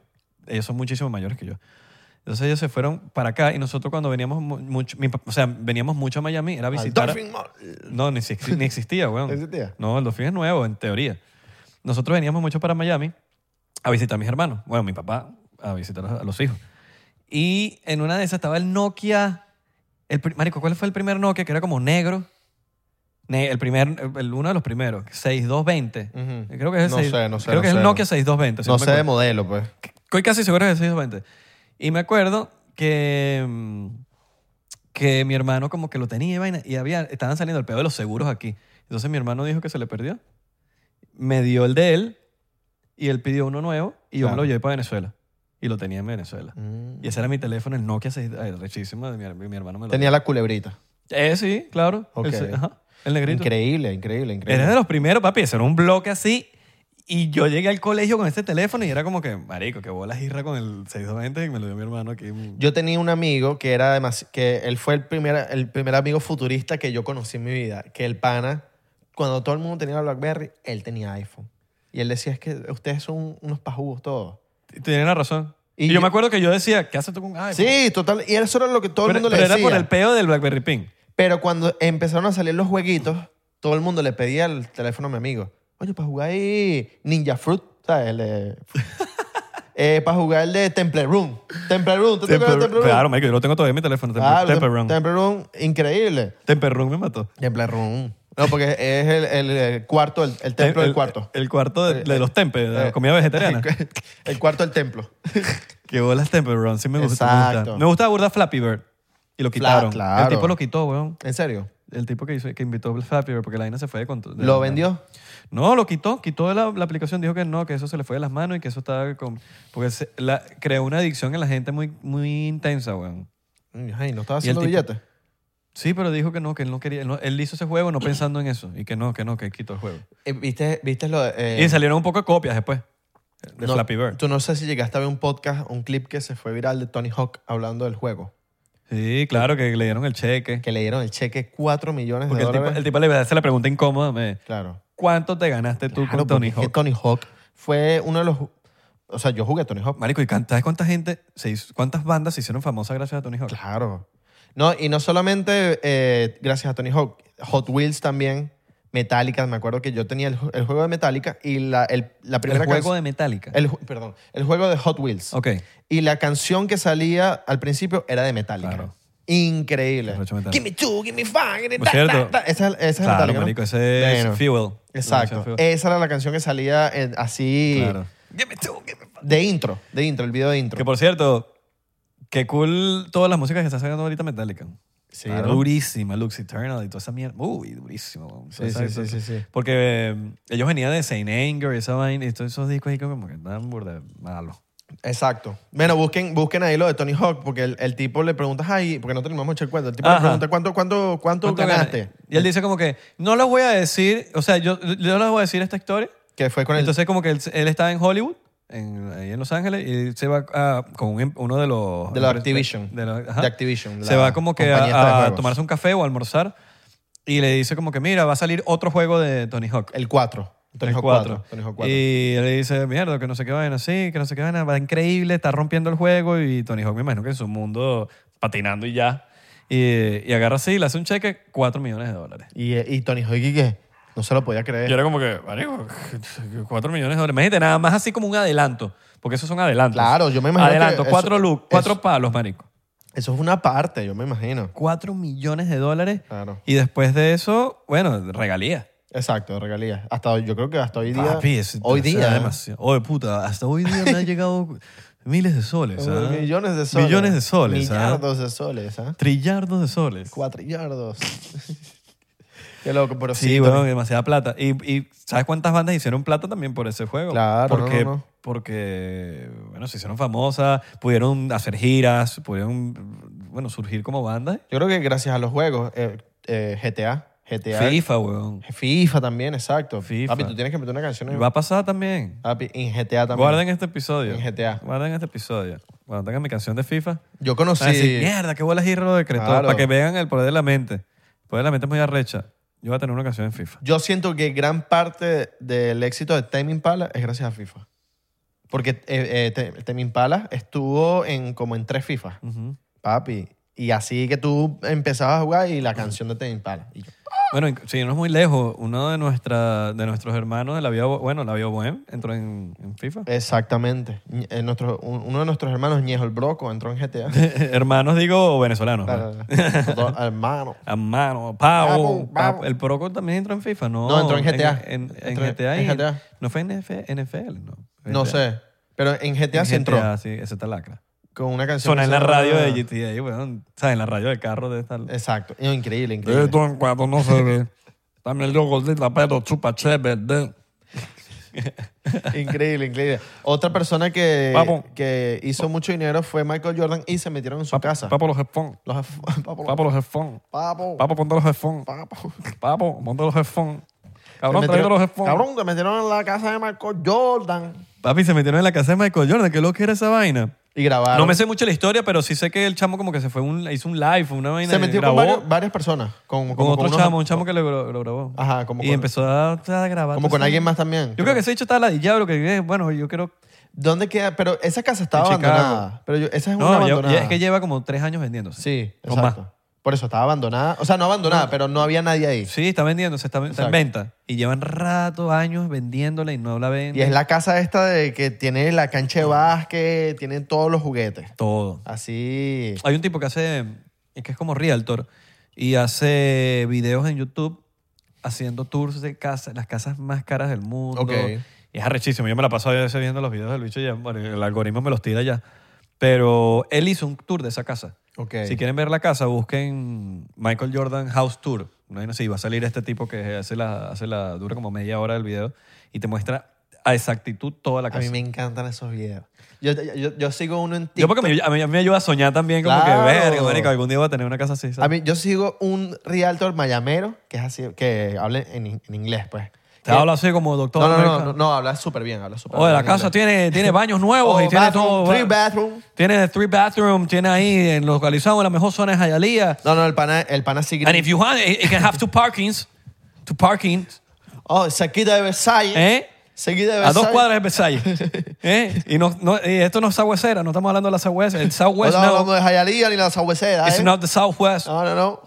[SPEAKER 2] ellos son muchísimo mayores que yo. Entonces ellos se fueron para acá y nosotros cuando veníamos mu- mucho, mi pa- o sea, veníamos mucho a Miami, era
[SPEAKER 1] Al
[SPEAKER 2] visitar.
[SPEAKER 1] Dolphin Mall.
[SPEAKER 2] No, ni, exi- ni existía, weón.
[SPEAKER 1] ¿No existía?
[SPEAKER 2] No, el Dolphin es nuevo, en teoría. Nosotros veníamos mucho para Miami a visitar a mis hermanos. Bueno, mi papá a visitar a los hijos. Y en una de esas estaba el Nokia. El, pri- marico, ¿cuál fue el primer Nokia? Que era como negro. Ne- el primer, el, uno de los primeros, 6220.
[SPEAKER 1] Ujú.
[SPEAKER 2] Eh, Creo que es el,
[SPEAKER 1] Mm. No
[SPEAKER 2] seis-
[SPEAKER 1] sé, no sé,
[SPEAKER 2] creo
[SPEAKER 1] no
[SPEAKER 2] que es el
[SPEAKER 1] sé.
[SPEAKER 2] Nokia 6220. si
[SPEAKER 1] No
[SPEAKER 2] me
[SPEAKER 1] sé de
[SPEAKER 2] equivoco.
[SPEAKER 1] modelo, pues.
[SPEAKER 2] Estoy casi seguro que es el 620. Y me acuerdo que, mm, que mi hermano como que lo tenía y vaina, y había, estaban saliendo el pedo de los seguros aquí. Entonces mi hermano dijo que se le perdió. Me dio el de él y él pidió uno nuevo y yo me
[SPEAKER 1] Claro.
[SPEAKER 2] lo llevé para Venezuela. Y lo tenía en Venezuela. Y ese era mi teléfono, el Nokia 6, ay, rechísimo, de mi, mi hermano me lo
[SPEAKER 1] Tenía la culebrita.
[SPEAKER 2] Eh, sí, claro.
[SPEAKER 1] Ok.
[SPEAKER 2] El, se- ajá, el negrito.
[SPEAKER 1] Increíble, increíble, increíble.
[SPEAKER 2] Era de los primeros, papi. Eso era un bloque así. Y yo llegué al colegio con este teléfono y era como que, marico, que bolas irra con el 620 y me lo dio mi hermano aquí.
[SPEAKER 1] Yo tenía un amigo que era demasi- que él fue el primer, el primer amigo futurista que yo conocí en mi vida, que el pana, cuando todo el mundo tenía BlackBerry, él tenía iPhone. Y él decía, es que ustedes son unos pajugos todos.
[SPEAKER 2] Y Tienen la razón.
[SPEAKER 1] Y
[SPEAKER 2] Y, yo,
[SPEAKER 1] yo-
[SPEAKER 2] me acuerdo que yo decía, ¿qué haces tú con iPhone?
[SPEAKER 1] Sí, total. Y eso era lo que todo
[SPEAKER 2] pero,
[SPEAKER 1] el mundo
[SPEAKER 2] pero
[SPEAKER 1] le
[SPEAKER 2] era
[SPEAKER 1] decía.
[SPEAKER 2] por el peo del BlackBerry Pin.
[SPEAKER 1] Pero cuando empezaron a salir los jueguitos, todo el mundo le pedía el teléfono a mi amigo. Oye, para jugar ahí Ninja Fruit, ¿sabes? El de- eh, para jugar el de Temple Room. Temple Room, ¿tú te acuerdas de Temple Room?
[SPEAKER 2] Claro, marico, yo lo tengo todavía en mi teléfono. Temper,
[SPEAKER 1] Claro,
[SPEAKER 2] Temper
[SPEAKER 1] Tem-
[SPEAKER 2] Run.
[SPEAKER 1] Temple Room, increíble.
[SPEAKER 2] Temper Run me mató.
[SPEAKER 1] Temple Room. No, porque es el, el- el cuarto, el, el templo del cuarto.
[SPEAKER 2] El cuarto de, de los tempes, de
[SPEAKER 1] eh,
[SPEAKER 2] la comida vegetariana.
[SPEAKER 1] El cuarto del templo.
[SPEAKER 2] que bolas Temper Run, sí me gusta. Me
[SPEAKER 1] Exacto.
[SPEAKER 2] gusta, me gustaba burda Flappy Bird. Y lo quitaron.
[SPEAKER 1] claro.
[SPEAKER 2] El tipo lo quitó, weón.
[SPEAKER 1] ¿En serio?
[SPEAKER 2] El tipo que, hizo, que invitó a Flappy Bird, porque la vaina se fue de control. de-
[SPEAKER 1] ¿Lo vendió?
[SPEAKER 2] No, lo quitó, quitó la, la aplicación, dijo que no, que eso se le fue de las manos y que eso estaba con... Porque se- la- creó una adicción en la gente muy, muy intensa, weón.
[SPEAKER 1] Ay, no estaba
[SPEAKER 2] ¿Y el
[SPEAKER 1] haciendo
[SPEAKER 2] tipo?
[SPEAKER 1] billetes.
[SPEAKER 2] Sí, pero dijo que no, que él no quería, él, no- él hizo ese juego no pensando en eso y que no, que no, que quitó el juego.
[SPEAKER 1] Eh, ¿Viste, viste lo de, eh,
[SPEAKER 2] y salieron un poco de copias después de
[SPEAKER 1] no-
[SPEAKER 2] Flappy Bird.
[SPEAKER 1] Tú no sé si llegaste a ver un podcast, un clip que se fue viral de Tony Hawk hablando del juego.
[SPEAKER 2] Sí, claro, que le dieron el cheque.
[SPEAKER 1] Que le dieron el cheque 4 millones de
[SPEAKER 2] Porque el tipo,
[SPEAKER 1] dólares.
[SPEAKER 2] el tipo le hace la pregunta incómoda, me,
[SPEAKER 1] Claro.
[SPEAKER 2] ¿cuánto te ganaste tú
[SPEAKER 1] Claro,
[SPEAKER 2] con Tony
[SPEAKER 1] porque es que
[SPEAKER 2] Hawk?
[SPEAKER 1] Tony Hawk fue uno de los... O sea, yo jugué a Tony Hawk.
[SPEAKER 2] Marico, ¿y can- sabes cuánta gente, se hizo- cuántas bandas se hicieron famosas gracias a Tony Hawk?
[SPEAKER 1] Claro. No, y no solamente eh, gracias a Tony Hawk, Hot Wheels también, Metallica, me acuerdo que yo tenía el, ju- el juego de Metallica y la, el- la primera
[SPEAKER 2] el juego
[SPEAKER 1] canc-
[SPEAKER 2] de Metallica.
[SPEAKER 1] el ju- perdón, el juego de Hot Wheels.
[SPEAKER 2] ok.
[SPEAKER 1] Y la canción que salía al principio era de Metallica.
[SPEAKER 2] Claro.
[SPEAKER 1] Increíble.
[SPEAKER 2] Arrecho Metallica.
[SPEAKER 1] Give me two, give me five.
[SPEAKER 2] Por cierto.
[SPEAKER 1] Esa, es- esa es
[SPEAKER 2] Claro,
[SPEAKER 1] Metallica, ¿no?
[SPEAKER 2] marico, ese
[SPEAKER 1] Bueno,
[SPEAKER 2] es Fuel.
[SPEAKER 1] Exacto. Esa era la canción que salía en- así
[SPEAKER 2] Claro.
[SPEAKER 1] de intro, de intro, el video de intro.
[SPEAKER 2] Que por cierto, qué cool todas las músicas que está sacando ahorita Metallica.
[SPEAKER 1] Sí,
[SPEAKER 2] Está
[SPEAKER 1] ¿no?
[SPEAKER 2] Durísima, Lux Eternal y toda esa mierda. Uy, durísimo. weón.
[SPEAKER 1] Sí,
[SPEAKER 2] Toda esa-
[SPEAKER 1] sí, sí, sí, sí.
[SPEAKER 2] Porque eh, ellos venían de Saint Anger y esa vaina y todos esos discos ahí como que estaban burda malos.
[SPEAKER 1] Exacto. Bueno, busquen, busquen ahí lo de Tony Hawk, porque el, el tipo le pregunta, ay, porque no tenemos mucho el cuento. El tipo
[SPEAKER 2] Ajá.
[SPEAKER 1] le pregunta, ¿cuánto, cuánto, cuánto,
[SPEAKER 2] ¿Cuánto
[SPEAKER 1] ganaste?
[SPEAKER 2] ganas? Y él dice como que, no les voy a decir, o sea, yo, yo les voy a decir esta historia.
[SPEAKER 1] Que fue con el.
[SPEAKER 2] Entonces como que él, él está en Hollywood, en, ahí en Los Ángeles, y él se va a- con un em- uno de los...
[SPEAKER 1] de la Activision.
[SPEAKER 2] de los- ajá.
[SPEAKER 1] de Activision.
[SPEAKER 2] se
[SPEAKER 1] la
[SPEAKER 2] va como que a,
[SPEAKER 1] compañía esta de
[SPEAKER 2] a
[SPEAKER 1] juegos.
[SPEAKER 2] tomarse un café o a almorzar y le dice como que, mira, va a salir otro juego de Tony Hawk.
[SPEAKER 1] El 4. Tony
[SPEAKER 2] el
[SPEAKER 1] Hawk
[SPEAKER 2] cuatro.
[SPEAKER 1] 4. Tony Hawk 4.
[SPEAKER 2] Y él le dice, mierda, que no sé qué vaina, sí, que no sé qué vaina, va increíble, está rompiendo el juego y Tony Hawk me imagino que en su mundo patinando y ya. Y, y agarra así, le hace un cheque, 4 millones de dólares.
[SPEAKER 1] Y, eh, y Tony Hawk, ¿y qué? No se lo podía creer.
[SPEAKER 2] Yo era como que, marico, 4 millones de dólares. Imagínate, nada más así como un adelanto, porque esos son adelantos.
[SPEAKER 1] Claro, yo me imagino que
[SPEAKER 2] Adelanto,
[SPEAKER 1] eso-
[SPEAKER 2] cuatro, lu- cuatro
[SPEAKER 1] eso-
[SPEAKER 2] palos, marico.
[SPEAKER 1] Eso es una parte, yo me imagino.
[SPEAKER 2] 4 millones de dólares.
[SPEAKER 1] Claro.
[SPEAKER 2] Y después de eso, bueno, regalía.
[SPEAKER 1] Exacto, regalías. Hasta hoy- yo creo que hasta hoy día.
[SPEAKER 2] Papi, es-
[SPEAKER 1] hoy
[SPEAKER 2] o sea,
[SPEAKER 1] día. ¿eh?
[SPEAKER 2] demasiado. Oye, puta, hasta hoy día me han llegado miles de soles. ¿ah?
[SPEAKER 1] Millones de soles.
[SPEAKER 2] Millones de soles. ¿ah?
[SPEAKER 1] Millardos de soles, ¿ah?
[SPEAKER 2] Trillardos de soles.
[SPEAKER 1] Cuatrillardos. Qué loco, pero sí.
[SPEAKER 2] Sí, bueno,
[SPEAKER 1] Tony-
[SPEAKER 2] demasiada plata. Y, y ¿sabes cuántas bandas hicieron plata también por ese juego?
[SPEAKER 1] Claro,
[SPEAKER 2] porque,
[SPEAKER 1] no, no, no.
[SPEAKER 2] porque, bueno, se hicieron famosas, pudieron hacer giras, pudieron, bueno, surgir como bandas.
[SPEAKER 1] Yo creo que gracias a los juegos, eh, eh, GTA. GTA.
[SPEAKER 2] FIFA, weón.
[SPEAKER 1] FIFA también, exacto.
[SPEAKER 2] FIFA.
[SPEAKER 1] Papi, tú tienes que meter una canción
[SPEAKER 2] Y
[SPEAKER 1] en,
[SPEAKER 2] va a pasar también.
[SPEAKER 1] papi, en GTA también.
[SPEAKER 2] Guarden este episodio.
[SPEAKER 1] En GTA.
[SPEAKER 2] Guarden este episodio. Cuando tengan mi canción de FIFA,
[SPEAKER 1] Yo
[SPEAKER 2] Van a decir,
[SPEAKER 1] conocí.
[SPEAKER 2] mierda, qué bolas Giro lo decretó.
[SPEAKER 1] Claro.
[SPEAKER 2] Para que vean el poder de la mente. El poder de la mente es muy arrecha. Yo voy a tener una canción en FIFA.
[SPEAKER 1] Yo siento que gran parte del éxito de Tame Impala es gracias a FIFA. Porque eh, eh, Te- Tame Impala estuvo en, como en tres FIFA,
[SPEAKER 2] Ujú.
[SPEAKER 1] papi. Y así que tú empezabas a jugar y la canción de Tame Impala. Y yo,
[SPEAKER 2] Bueno, inc- si no es muy lejos, uno de, nuestra, de nuestros hermanos de la Vía Bo- bueno, la Vía Bohem entró en, en FIFA.
[SPEAKER 1] exactamente. Ñ- eh, nuestro- un- uno de nuestros hermanos, Ñejo el Broco, entró en GTA.
[SPEAKER 2] hermanos, digo, venezolanos.
[SPEAKER 1] Claro,
[SPEAKER 2] ¿no?
[SPEAKER 1] todo hermano.
[SPEAKER 2] Hermano, pavo,
[SPEAKER 1] Pavo, pavo.
[SPEAKER 2] pavo. El Proco también entró en FIFA, ¿no?
[SPEAKER 1] No, entró en GTA.
[SPEAKER 2] En, en- en
[SPEAKER 1] Entró en-
[SPEAKER 2] GTA. y
[SPEAKER 1] en GTA.
[SPEAKER 2] No fue en NFL, ¿no.
[SPEAKER 1] No sé. Pero en GTA
[SPEAKER 2] En
[SPEAKER 1] sí entró.
[SPEAKER 2] GTA, sí, esa está lacra.
[SPEAKER 1] Con una canción.
[SPEAKER 2] Suena
[SPEAKER 1] que
[SPEAKER 2] en
[SPEAKER 1] se
[SPEAKER 2] la
[SPEAKER 1] llama-
[SPEAKER 2] radio de GTA, weón. O sea, en la radio del carro de esta.
[SPEAKER 1] Exacto. No, Increíble,
[SPEAKER 2] De
[SPEAKER 1] increíble.
[SPEAKER 2] esto en Eh, cuando no se ve. Dame el gordita, pero chupa chévere.
[SPEAKER 1] Increíble, increíble. Otra persona que,
[SPEAKER 2] Papo.
[SPEAKER 1] que hizo mucho dinero fue Michael Jordan y se metieron en su casa.
[SPEAKER 2] Papo los headphones.
[SPEAKER 1] Los af- papo,
[SPEAKER 2] Papo los headphones.
[SPEAKER 1] papo,
[SPEAKER 2] Papo, ponte los headphones.
[SPEAKER 1] papo.
[SPEAKER 2] Papo, ponte los headphones. Cabrón,
[SPEAKER 1] Se
[SPEAKER 2] tráete
[SPEAKER 1] metieron-
[SPEAKER 2] los headphones.
[SPEAKER 1] Cabrón, te metieron en la casa de Michael Jordan.
[SPEAKER 2] Papi, se metieron en la casa de Michael Jordan. ¿Qué lo que era esa vaina?
[SPEAKER 1] Y grabaron.
[SPEAKER 2] No me sé mucho la historia, pero sí sé que el chamo como que se fue, un, hizo un live, una vaina.
[SPEAKER 1] se
[SPEAKER 2] y
[SPEAKER 1] metió
[SPEAKER 2] grabó
[SPEAKER 1] con varios- varias personas. Con,
[SPEAKER 2] con
[SPEAKER 1] como
[SPEAKER 2] otro
[SPEAKER 1] con unos-
[SPEAKER 2] chamo, un chamo que lo, lo grabó.
[SPEAKER 1] Ajá, como
[SPEAKER 2] y
[SPEAKER 1] con-
[SPEAKER 2] empezó a, a grabar.
[SPEAKER 1] Como con
[SPEAKER 2] Entonces,
[SPEAKER 1] alguien más también.
[SPEAKER 2] Yo creo que ese hecho estaba ladillado, lo que dije, bueno, yo creo...
[SPEAKER 1] ¿Dónde queda? Pero esa casa estaba
[SPEAKER 2] En Chicago.
[SPEAKER 1] abandonada. Pero yo- esa es una
[SPEAKER 2] No, ya-
[SPEAKER 1] abandonada.
[SPEAKER 2] ya es que lleva como tres años vendiéndose.
[SPEAKER 1] Sí,
[SPEAKER 2] O
[SPEAKER 1] exacto.
[SPEAKER 2] más.
[SPEAKER 1] Por eso estaba abandonada. O sea, no abandonada, pero no había nadie ahí.
[SPEAKER 2] Sí, está vendiéndose, está, está en
[SPEAKER 1] Exacto.
[SPEAKER 2] venta. Y llevan rato, años vendiéndola y no la venden.
[SPEAKER 1] Y es la casa esta de que tiene la cancha de básquet, tienen todos los juguetes.
[SPEAKER 2] Todo.
[SPEAKER 1] Así.
[SPEAKER 2] Hay un tipo que hace, que es como realtor, y hace videos en YouTube haciendo tours de casas, las casas más caras del mundo.
[SPEAKER 1] Ok.
[SPEAKER 2] Y es arrechísimo. Yo me la paso a veces viendo los videos del bicho y ya, bueno, el algoritmo me los tira ya. Pero él hizo un tour de esa casa.
[SPEAKER 1] Ok.
[SPEAKER 2] Si quieren ver la casa, busquen Michael Jordan House Tour. No sé, va a salir este tipo que hace la, hace la, dura como media hora del video y te muestra a exactitud toda la
[SPEAKER 1] A
[SPEAKER 2] casa.
[SPEAKER 1] mí me encantan esos videos. Yo, yo- yo- yo sigo uno en TikTok.
[SPEAKER 2] yo porque me, a mí me ayuda a soñar también como
[SPEAKER 1] Claro.
[SPEAKER 2] que, verga, marico, algún día voy a tener una casa así. ¿sabes?
[SPEAKER 1] A mí- yo sigo un realtor mayamero que es así, que habla en, in- en inglés, pues.
[SPEAKER 2] Te habla así como doctor.
[SPEAKER 1] No, no, no,
[SPEAKER 2] América.
[SPEAKER 1] no, no, habla súper bien, habla súper
[SPEAKER 2] Oye,
[SPEAKER 1] bien.
[SPEAKER 2] la casa
[SPEAKER 1] inglés.
[SPEAKER 2] tiene, tiene baños nuevos
[SPEAKER 1] Oh,
[SPEAKER 2] y tiene
[SPEAKER 1] bathroom,
[SPEAKER 2] todo.
[SPEAKER 1] three bathroom.
[SPEAKER 2] Tiene three bathroom, tiene ahí en- localizado en la mejor zona de Hialeah.
[SPEAKER 1] No, no, el pana, el pana sí
[SPEAKER 2] And if you want, it, it can have two parkings. Two parkings.
[SPEAKER 1] Oh, cerquita de Versalles.
[SPEAKER 2] ¿Eh?
[SPEAKER 1] Cerquita de
[SPEAKER 2] A
[SPEAKER 1] Versalles.
[SPEAKER 2] dos cuadras de Versalles. ¿Eh? Y, no, no- y esto no es Sagüecera, no estamos hablando de la Sagüecera. El
[SPEAKER 1] No
[SPEAKER 2] Southwest
[SPEAKER 1] estamos
[SPEAKER 2] Pues no.
[SPEAKER 1] hablando de Jayalía ni la Sabuesera,
[SPEAKER 2] It's
[SPEAKER 1] ¿eh?
[SPEAKER 2] not the Southwest.
[SPEAKER 1] No, no, no.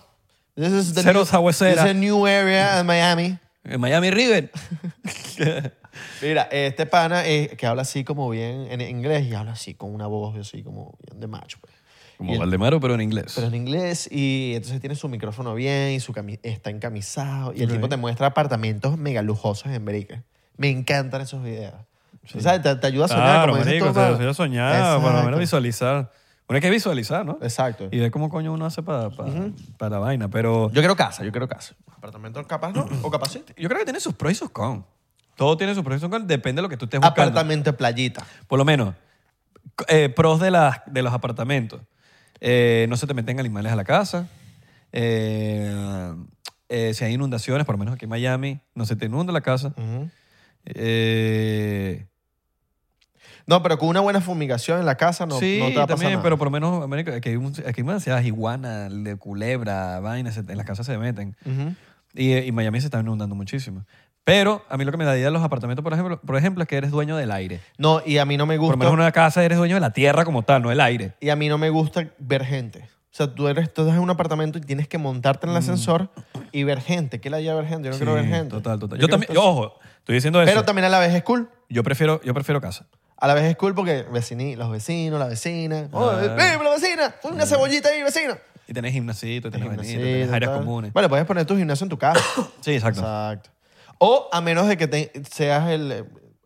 [SPEAKER 1] This is the
[SPEAKER 2] Cero
[SPEAKER 1] new,
[SPEAKER 2] sabuesera.
[SPEAKER 1] this is a new area in Miami.
[SPEAKER 2] En Miami River.
[SPEAKER 1] Mira, este pana eh, que habla así como bien en inglés y habla así con una voz así como bien de macho. pues. Y
[SPEAKER 2] Como
[SPEAKER 1] el-
[SPEAKER 2] Valdemaro, pero en inglés.
[SPEAKER 1] pero en inglés y entonces tiene su micrófono bien y su cami- está encamisado y el
[SPEAKER 2] Ok.
[SPEAKER 1] tipo te muestra apartamentos mega lujosos en Berica. Me encantan esos videos. O sea, te, te ayuda a soñar.
[SPEAKER 2] Claro,
[SPEAKER 1] como dices
[SPEAKER 2] marico,
[SPEAKER 1] tú,
[SPEAKER 2] te
[SPEAKER 1] hermano.
[SPEAKER 2] ayuda a soñar, por lo
[SPEAKER 1] Exacto.
[SPEAKER 2] menos visualizar. Bueno, hay que visualizar, ¿no?
[SPEAKER 1] Exacto.
[SPEAKER 2] Y ver cómo coño uno hace para la vaina. Pero
[SPEAKER 1] Yo quiero casa, yo quiero casa. Apartamentos capaz no, o capaz sí.
[SPEAKER 2] yo creo que tiene sus pros y sus cons. Todo tiene sus pros y sus cons. Depende de lo que tú estés buscando.
[SPEAKER 1] Apartamento de playita.
[SPEAKER 2] Por lo menos, eh, pros de, las, de los apartamentos. Eh, no se te meten animales a la casa. Eh, eh, si hay inundaciones, por lo menos aquí en Miami, no se te inunda la casa.
[SPEAKER 1] Ujú.
[SPEAKER 2] Eh,
[SPEAKER 1] No, pero con una buena fumigación en la casa no,
[SPEAKER 2] sí,
[SPEAKER 1] no te va a pasar
[SPEAKER 2] también,
[SPEAKER 1] nada.
[SPEAKER 2] pero por lo menos América, aquí hay, un- aquí hay demasiadas iguanas, de culebra, vainas, se- en las casas se meten.
[SPEAKER 1] Ujú.
[SPEAKER 2] Y, eh, y Miami se está inundando muchísimo. Pero a mí lo que me da idea de los apartamentos, por ejemplo, por ejemplo, es que eres dueño del aire.
[SPEAKER 1] No, y a mí no me
[SPEAKER 2] Por
[SPEAKER 1] gusta.
[SPEAKER 2] lo menos en una casa eres dueño de la tierra como tal, no del aire.
[SPEAKER 1] Y a mí no me gusta ver gente. O sea, tú eres, tú estás en un apartamento y tienes que montarte en el ascensor y ver gente. ¿Qué le haya ver gente? Yo no quiero ver
[SPEAKER 2] Mm. Sí,
[SPEAKER 1] gente.
[SPEAKER 2] Total, total.
[SPEAKER 1] Yo
[SPEAKER 2] Yo,
[SPEAKER 1] quiero
[SPEAKER 2] también,
[SPEAKER 1] estar-
[SPEAKER 2] ojo, estoy diciendo eso.
[SPEAKER 1] Pero también a la vez es cool.
[SPEAKER 2] yo, prefiero, yo prefiero casa.
[SPEAKER 1] A la vez es cool porque veciní, los vecinos, la vecina. ¡Oh,
[SPEAKER 2] Ah.
[SPEAKER 1] eh, la vecina! ¡Pon una cebollita ahí, vecina!
[SPEAKER 2] Y tenés gimnasito, y tenés,
[SPEAKER 1] Gimnasio,
[SPEAKER 2] vainita, tenés áreas
[SPEAKER 1] tal.
[SPEAKER 2] comunes.
[SPEAKER 1] Bueno, puedes poner tu gimnasio en tu casa.
[SPEAKER 2] Sí, exacto.
[SPEAKER 1] Exacto. O a menos de que te- seas el eh,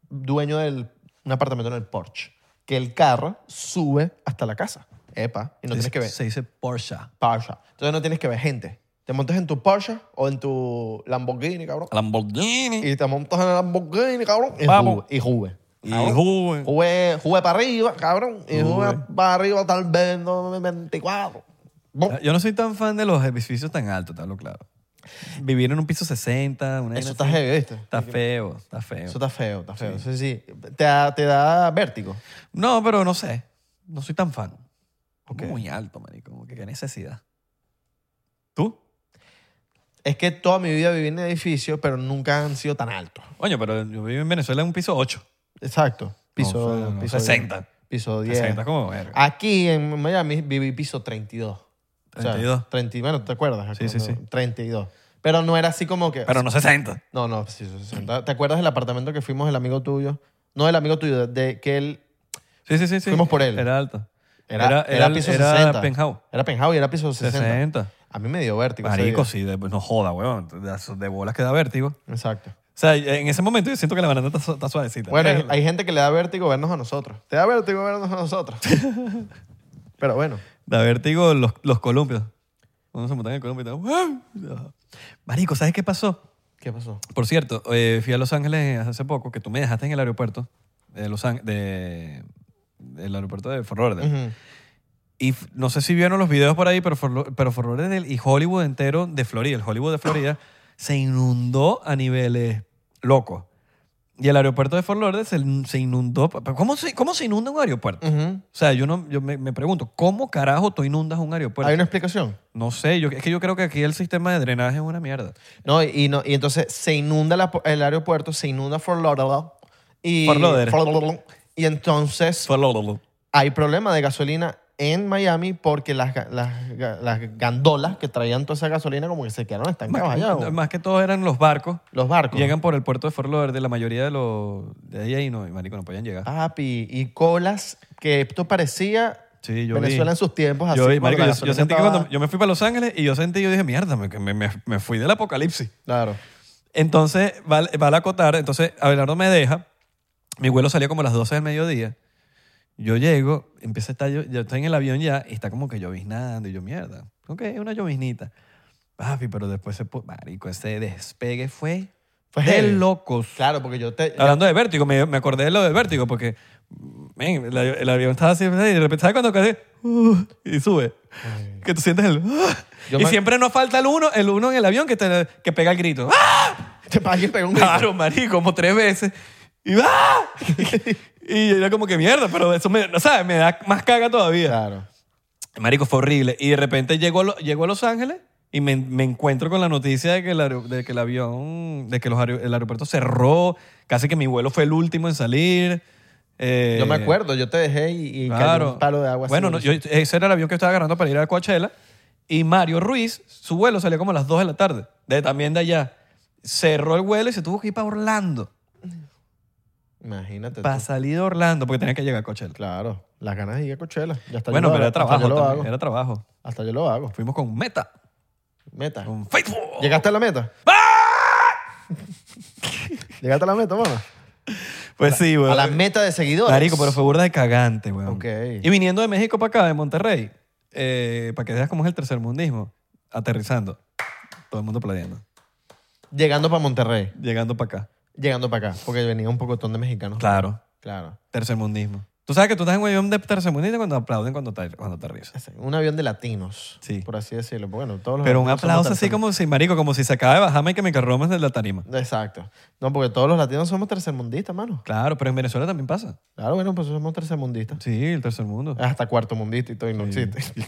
[SPEAKER 1] dueño de un apartamento en el porche. Que el carro sube hasta la casa. Epa. Y no tienes que ver.
[SPEAKER 2] Se dice Porsche.
[SPEAKER 1] Porsche. Entonces no tienes que ver gente. Te montas en tu Porsche o en tu Lamborghini, cabrón.
[SPEAKER 2] Lamborghini.
[SPEAKER 1] Y te montas en el Lamborghini, cabrón. Y
[SPEAKER 2] Vamos.
[SPEAKER 1] juve. Y juve.
[SPEAKER 2] Y
[SPEAKER 1] Cabrón.
[SPEAKER 2] joven.
[SPEAKER 1] Juve, juve para arriba, cabrón. Y juve,
[SPEAKER 2] Juve.
[SPEAKER 1] para arriba tal vez no, 24. Bum.
[SPEAKER 2] Yo no soy tan fan de los edificios tan altos, está lo claro. Vivir en un piso 60, una
[SPEAKER 1] Eso
[SPEAKER 2] vaina
[SPEAKER 1] está
[SPEAKER 2] así,
[SPEAKER 1] heavy, ¿viste?
[SPEAKER 2] Está feo, está feo.
[SPEAKER 1] Eso está feo, está feo. Sí, sí. Te da, te da vértigo.
[SPEAKER 2] No, pero no sé. No soy tan fan.
[SPEAKER 1] Ok.
[SPEAKER 2] Como muy alto, marico. Como que qué necesidad. ¿Tú?
[SPEAKER 1] Es que toda mi vida viví en edificios, pero nunca han sido tan altos.
[SPEAKER 2] Coño, pero yo vivo en Venezuela en un piso 8.
[SPEAKER 1] Exacto. Piso,
[SPEAKER 2] No, no,
[SPEAKER 1] piso
[SPEAKER 2] 60.
[SPEAKER 1] 10, Piso 10.
[SPEAKER 2] 60 como verga.
[SPEAKER 1] Aquí en Miami viví piso 32. Ah, O sea,
[SPEAKER 2] 32.
[SPEAKER 1] 30, bueno, ¿te acuerdas?
[SPEAKER 2] Sí, sí, sí.
[SPEAKER 1] 32. Pero no era así como que...
[SPEAKER 2] Pero no 60.
[SPEAKER 1] No, no, sí, sí, sí. ¿Te acuerdas del apartamento que fuimos el amigo tuyo? No el amigo tuyo, de que él
[SPEAKER 2] Sí, sí, sí. sí.
[SPEAKER 1] Fuimos por él.
[SPEAKER 2] Era alto.
[SPEAKER 1] era, era, piso 60.
[SPEAKER 2] Era penthouse.
[SPEAKER 1] Era penthouse y era piso 60.
[SPEAKER 2] 60.
[SPEAKER 1] A mí me dio vértigo. ese
[SPEAKER 2] Marico,
[SPEAKER 1] día.
[SPEAKER 2] sí, de- pues, no joda, weón. De, de bolas que da vértigo. O
[SPEAKER 1] Exacto.
[SPEAKER 2] sea, en ese momento yo siento que la banana está, su- está suavecita.
[SPEAKER 1] Bueno, hay,
[SPEAKER 2] Pero-
[SPEAKER 1] hay gente que le da vértigo vernos a nosotros. Te da vértigo vernos a nosotros. Pero bueno.
[SPEAKER 2] Da vértigo los, los columpios. Uno se monta en el columpio y está, ¡guau! Marico, ¿sabes qué pasó?
[SPEAKER 1] ¿Qué pasó?
[SPEAKER 2] Por cierto, eh, fui a Los Ángeles hace poco, que tú me dejaste en el aeropuerto de Los Ángeles, de, del aeropuerto de Fort Lauderdale.
[SPEAKER 1] Ujú.
[SPEAKER 2] Y f- no sé si vieron los videos por ahí, pero Fort, Lo- pero Fort Lauderdale y Hollywood entero de Florida, el Hollywood de
[SPEAKER 1] Ah.
[SPEAKER 2] Florida, se inundó a niveles locos. Y el aeropuerto de Fort Lauderdale se, se inundó. Pa- pa- ¿Cómo se, ¿Cómo se inunda un aeropuerto?
[SPEAKER 1] Ujú.
[SPEAKER 2] O sea, yo, no, yo me, me pregunto, ¿cómo carajo tú inundas un aeropuerto?
[SPEAKER 1] ¿Hay una explicación?
[SPEAKER 2] No sé, yo, es que yo creo que aquí el sistema de drenaje es una mierda.
[SPEAKER 1] No, y, y no, y entonces se inunda la- el aeropuerto, se inunda Fort Lauderdale. Y,
[SPEAKER 2] Fort Lauderdale.
[SPEAKER 1] Fort Lauderdale. Y entonces hay problema de gasolina en Miami porque las, ga- las, ga- las gandolas que traían toda esa gasolina como que se quedaron estancadas allá.
[SPEAKER 2] Más,
[SPEAKER 1] güey.
[SPEAKER 2] más que todo eran los barcos.
[SPEAKER 1] Los barcos.
[SPEAKER 2] Llegan por el puerto de Fort Lauderdale, la mayoría de los de ahí, ahí no, y marico, no podían llegar.
[SPEAKER 1] Ah. Papi, y colas que esto parecía
[SPEAKER 2] sí, yo vi.
[SPEAKER 1] Venezuela en sus tiempos así.
[SPEAKER 2] Yo, vi,
[SPEAKER 1] cuando
[SPEAKER 2] marico,
[SPEAKER 1] la
[SPEAKER 2] yo- yo
[SPEAKER 1] gasolina
[SPEAKER 2] sentí que
[SPEAKER 1] estaba-
[SPEAKER 2] cuando yo me fui para Los Ángeles y yo sentí, yo dije, mierda, me, me- me- me fui del apocalipsis.
[SPEAKER 1] Claro.
[SPEAKER 2] Entonces, va, va a la acotar, entonces Abelardo me deja, mi vuelo salía como a las 12 del mediodía, yo llego, empieza a estar, yo, yo estoy en el avión ya, y está como que lloviznando, y yo, mierda, ok, una lloviznita. Papi, pero después se puso, marico, ese despegue fue,
[SPEAKER 1] Fue
[SPEAKER 2] de
[SPEAKER 1] heavy.
[SPEAKER 2] locos.
[SPEAKER 1] Claro, porque yo te.
[SPEAKER 2] Hablando de vértigo, me, me acordé de lo de vértigo porque men, el, avi- el avión estaba así y de repente, ¿sabes cuando cae? Uh, y sube.
[SPEAKER 1] Ay.
[SPEAKER 2] Que tú sientes el... ah.
[SPEAKER 1] Yo
[SPEAKER 2] y
[SPEAKER 1] me-
[SPEAKER 2] siempre nos falta el uno, el uno en el avión que, te- que pega el grito. ¡Ah!
[SPEAKER 1] Te pagué pegó un grito.
[SPEAKER 2] Claro, marico, como tres veces. Y ¡ah! y yo era como que mierda, pero eso me, no sabes, me da más caga todavía.
[SPEAKER 1] Claro.
[SPEAKER 2] Marico, fue horrible. Y de repente llego a, Lo- llego a Los Ángeles y me, me encuentro con la noticia de que el, aer- de que el avión, de que los aer- el aeropuerto cerró. Casi que mi vuelo fue el último en salir. Eh,
[SPEAKER 1] Yo me acuerdo, yo te dejé y, y cayó un palo de agua. así
[SPEAKER 2] Bueno, no, yo-
[SPEAKER 1] durísimo.
[SPEAKER 2] ese era el avión que estaba agarrando para ir a Coachella. Y Mario Ruiz, su vuelo salió como a las 2 de la tarde, de, también de allá. Cerró el vuelo y se tuvo que ir para Orlando.
[SPEAKER 1] Imagínate. tú.
[SPEAKER 2] Para salir de Orlando, porque tenía que llegar a Coachella.
[SPEAKER 1] Claro. Las ganas de ir a Coachella. Ya hasta
[SPEAKER 2] bueno,
[SPEAKER 1] yo lo
[SPEAKER 2] pero era
[SPEAKER 1] hago, hasta
[SPEAKER 2] trabajo.
[SPEAKER 1] yo lo
[SPEAKER 2] también,
[SPEAKER 1] hago.
[SPEAKER 2] Era trabajo.
[SPEAKER 1] Hasta yo lo hago.
[SPEAKER 2] Fuimos con Meta,
[SPEAKER 1] Meta.
[SPEAKER 2] con Facebook.
[SPEAKER 1] ¿Llegaste a la meta?
[SPEAKER 2] ¡Ah!
[SPEAKER 1] ¿Llegaste a la meta, mamá?
[SPEAKER 2] Pues sí, güey.
[SPEAKER 1] A la meta de seguidores.
[SPEAKER 2] Marico, pero fue burda de cagante, weón.
[SPEAKER 1] Ok.
[SPEAKER 2] Y viniendo de México para acá, de Monterrey, eh, para que veas cómo es el tercermundismo, aterrizando, todo el mundo aplaudiendo,
[SPEAKER 1] Llegando para Monterrey.
[SPEAKER 2] llegando para acá.
[SPEAKER 1] Llegando para acá. Porque venía un pocotón de mexicanos.
[SPEAKER 2] Claro,
[SPEAKER 1] Claro.
[SPEAKER 2] tercermundismo. Tú sabes que tú estás en un avión de tercermundista cuando aplauden cuando te, cuando te ríes.
[SPEAKER 1] Un avión de latinos,
[SPEAKER 2] Sí.
[SPEAKER 1] por así decirlo. Bueno, todos los
[SPEAKER 2] Pero un
[SPEAKER 1] latinos somos
[SPEAKER 2] aplauso así
[SPEAKER 1] tercer-
[SPEAKER 2] como si, marico, como si se acaba de bajar Michael McRomas de la tarima.
[SPEAKER 1] Exacto. No, porque todos los latinos somos tercermundistas, mano.
[SPEAKER 2] Claro, pero en Venezuela también pasa.
[SPEAKER 1] Claro, bueno, pues somos tercermundistas.
[SPEAKER 2] Sí, el tercer mundo.
[SPEAKER 1] Hasta cuarto mundista y todo, y no
[SPEAKER 2] Sí.
[SPEAKER 1] existe.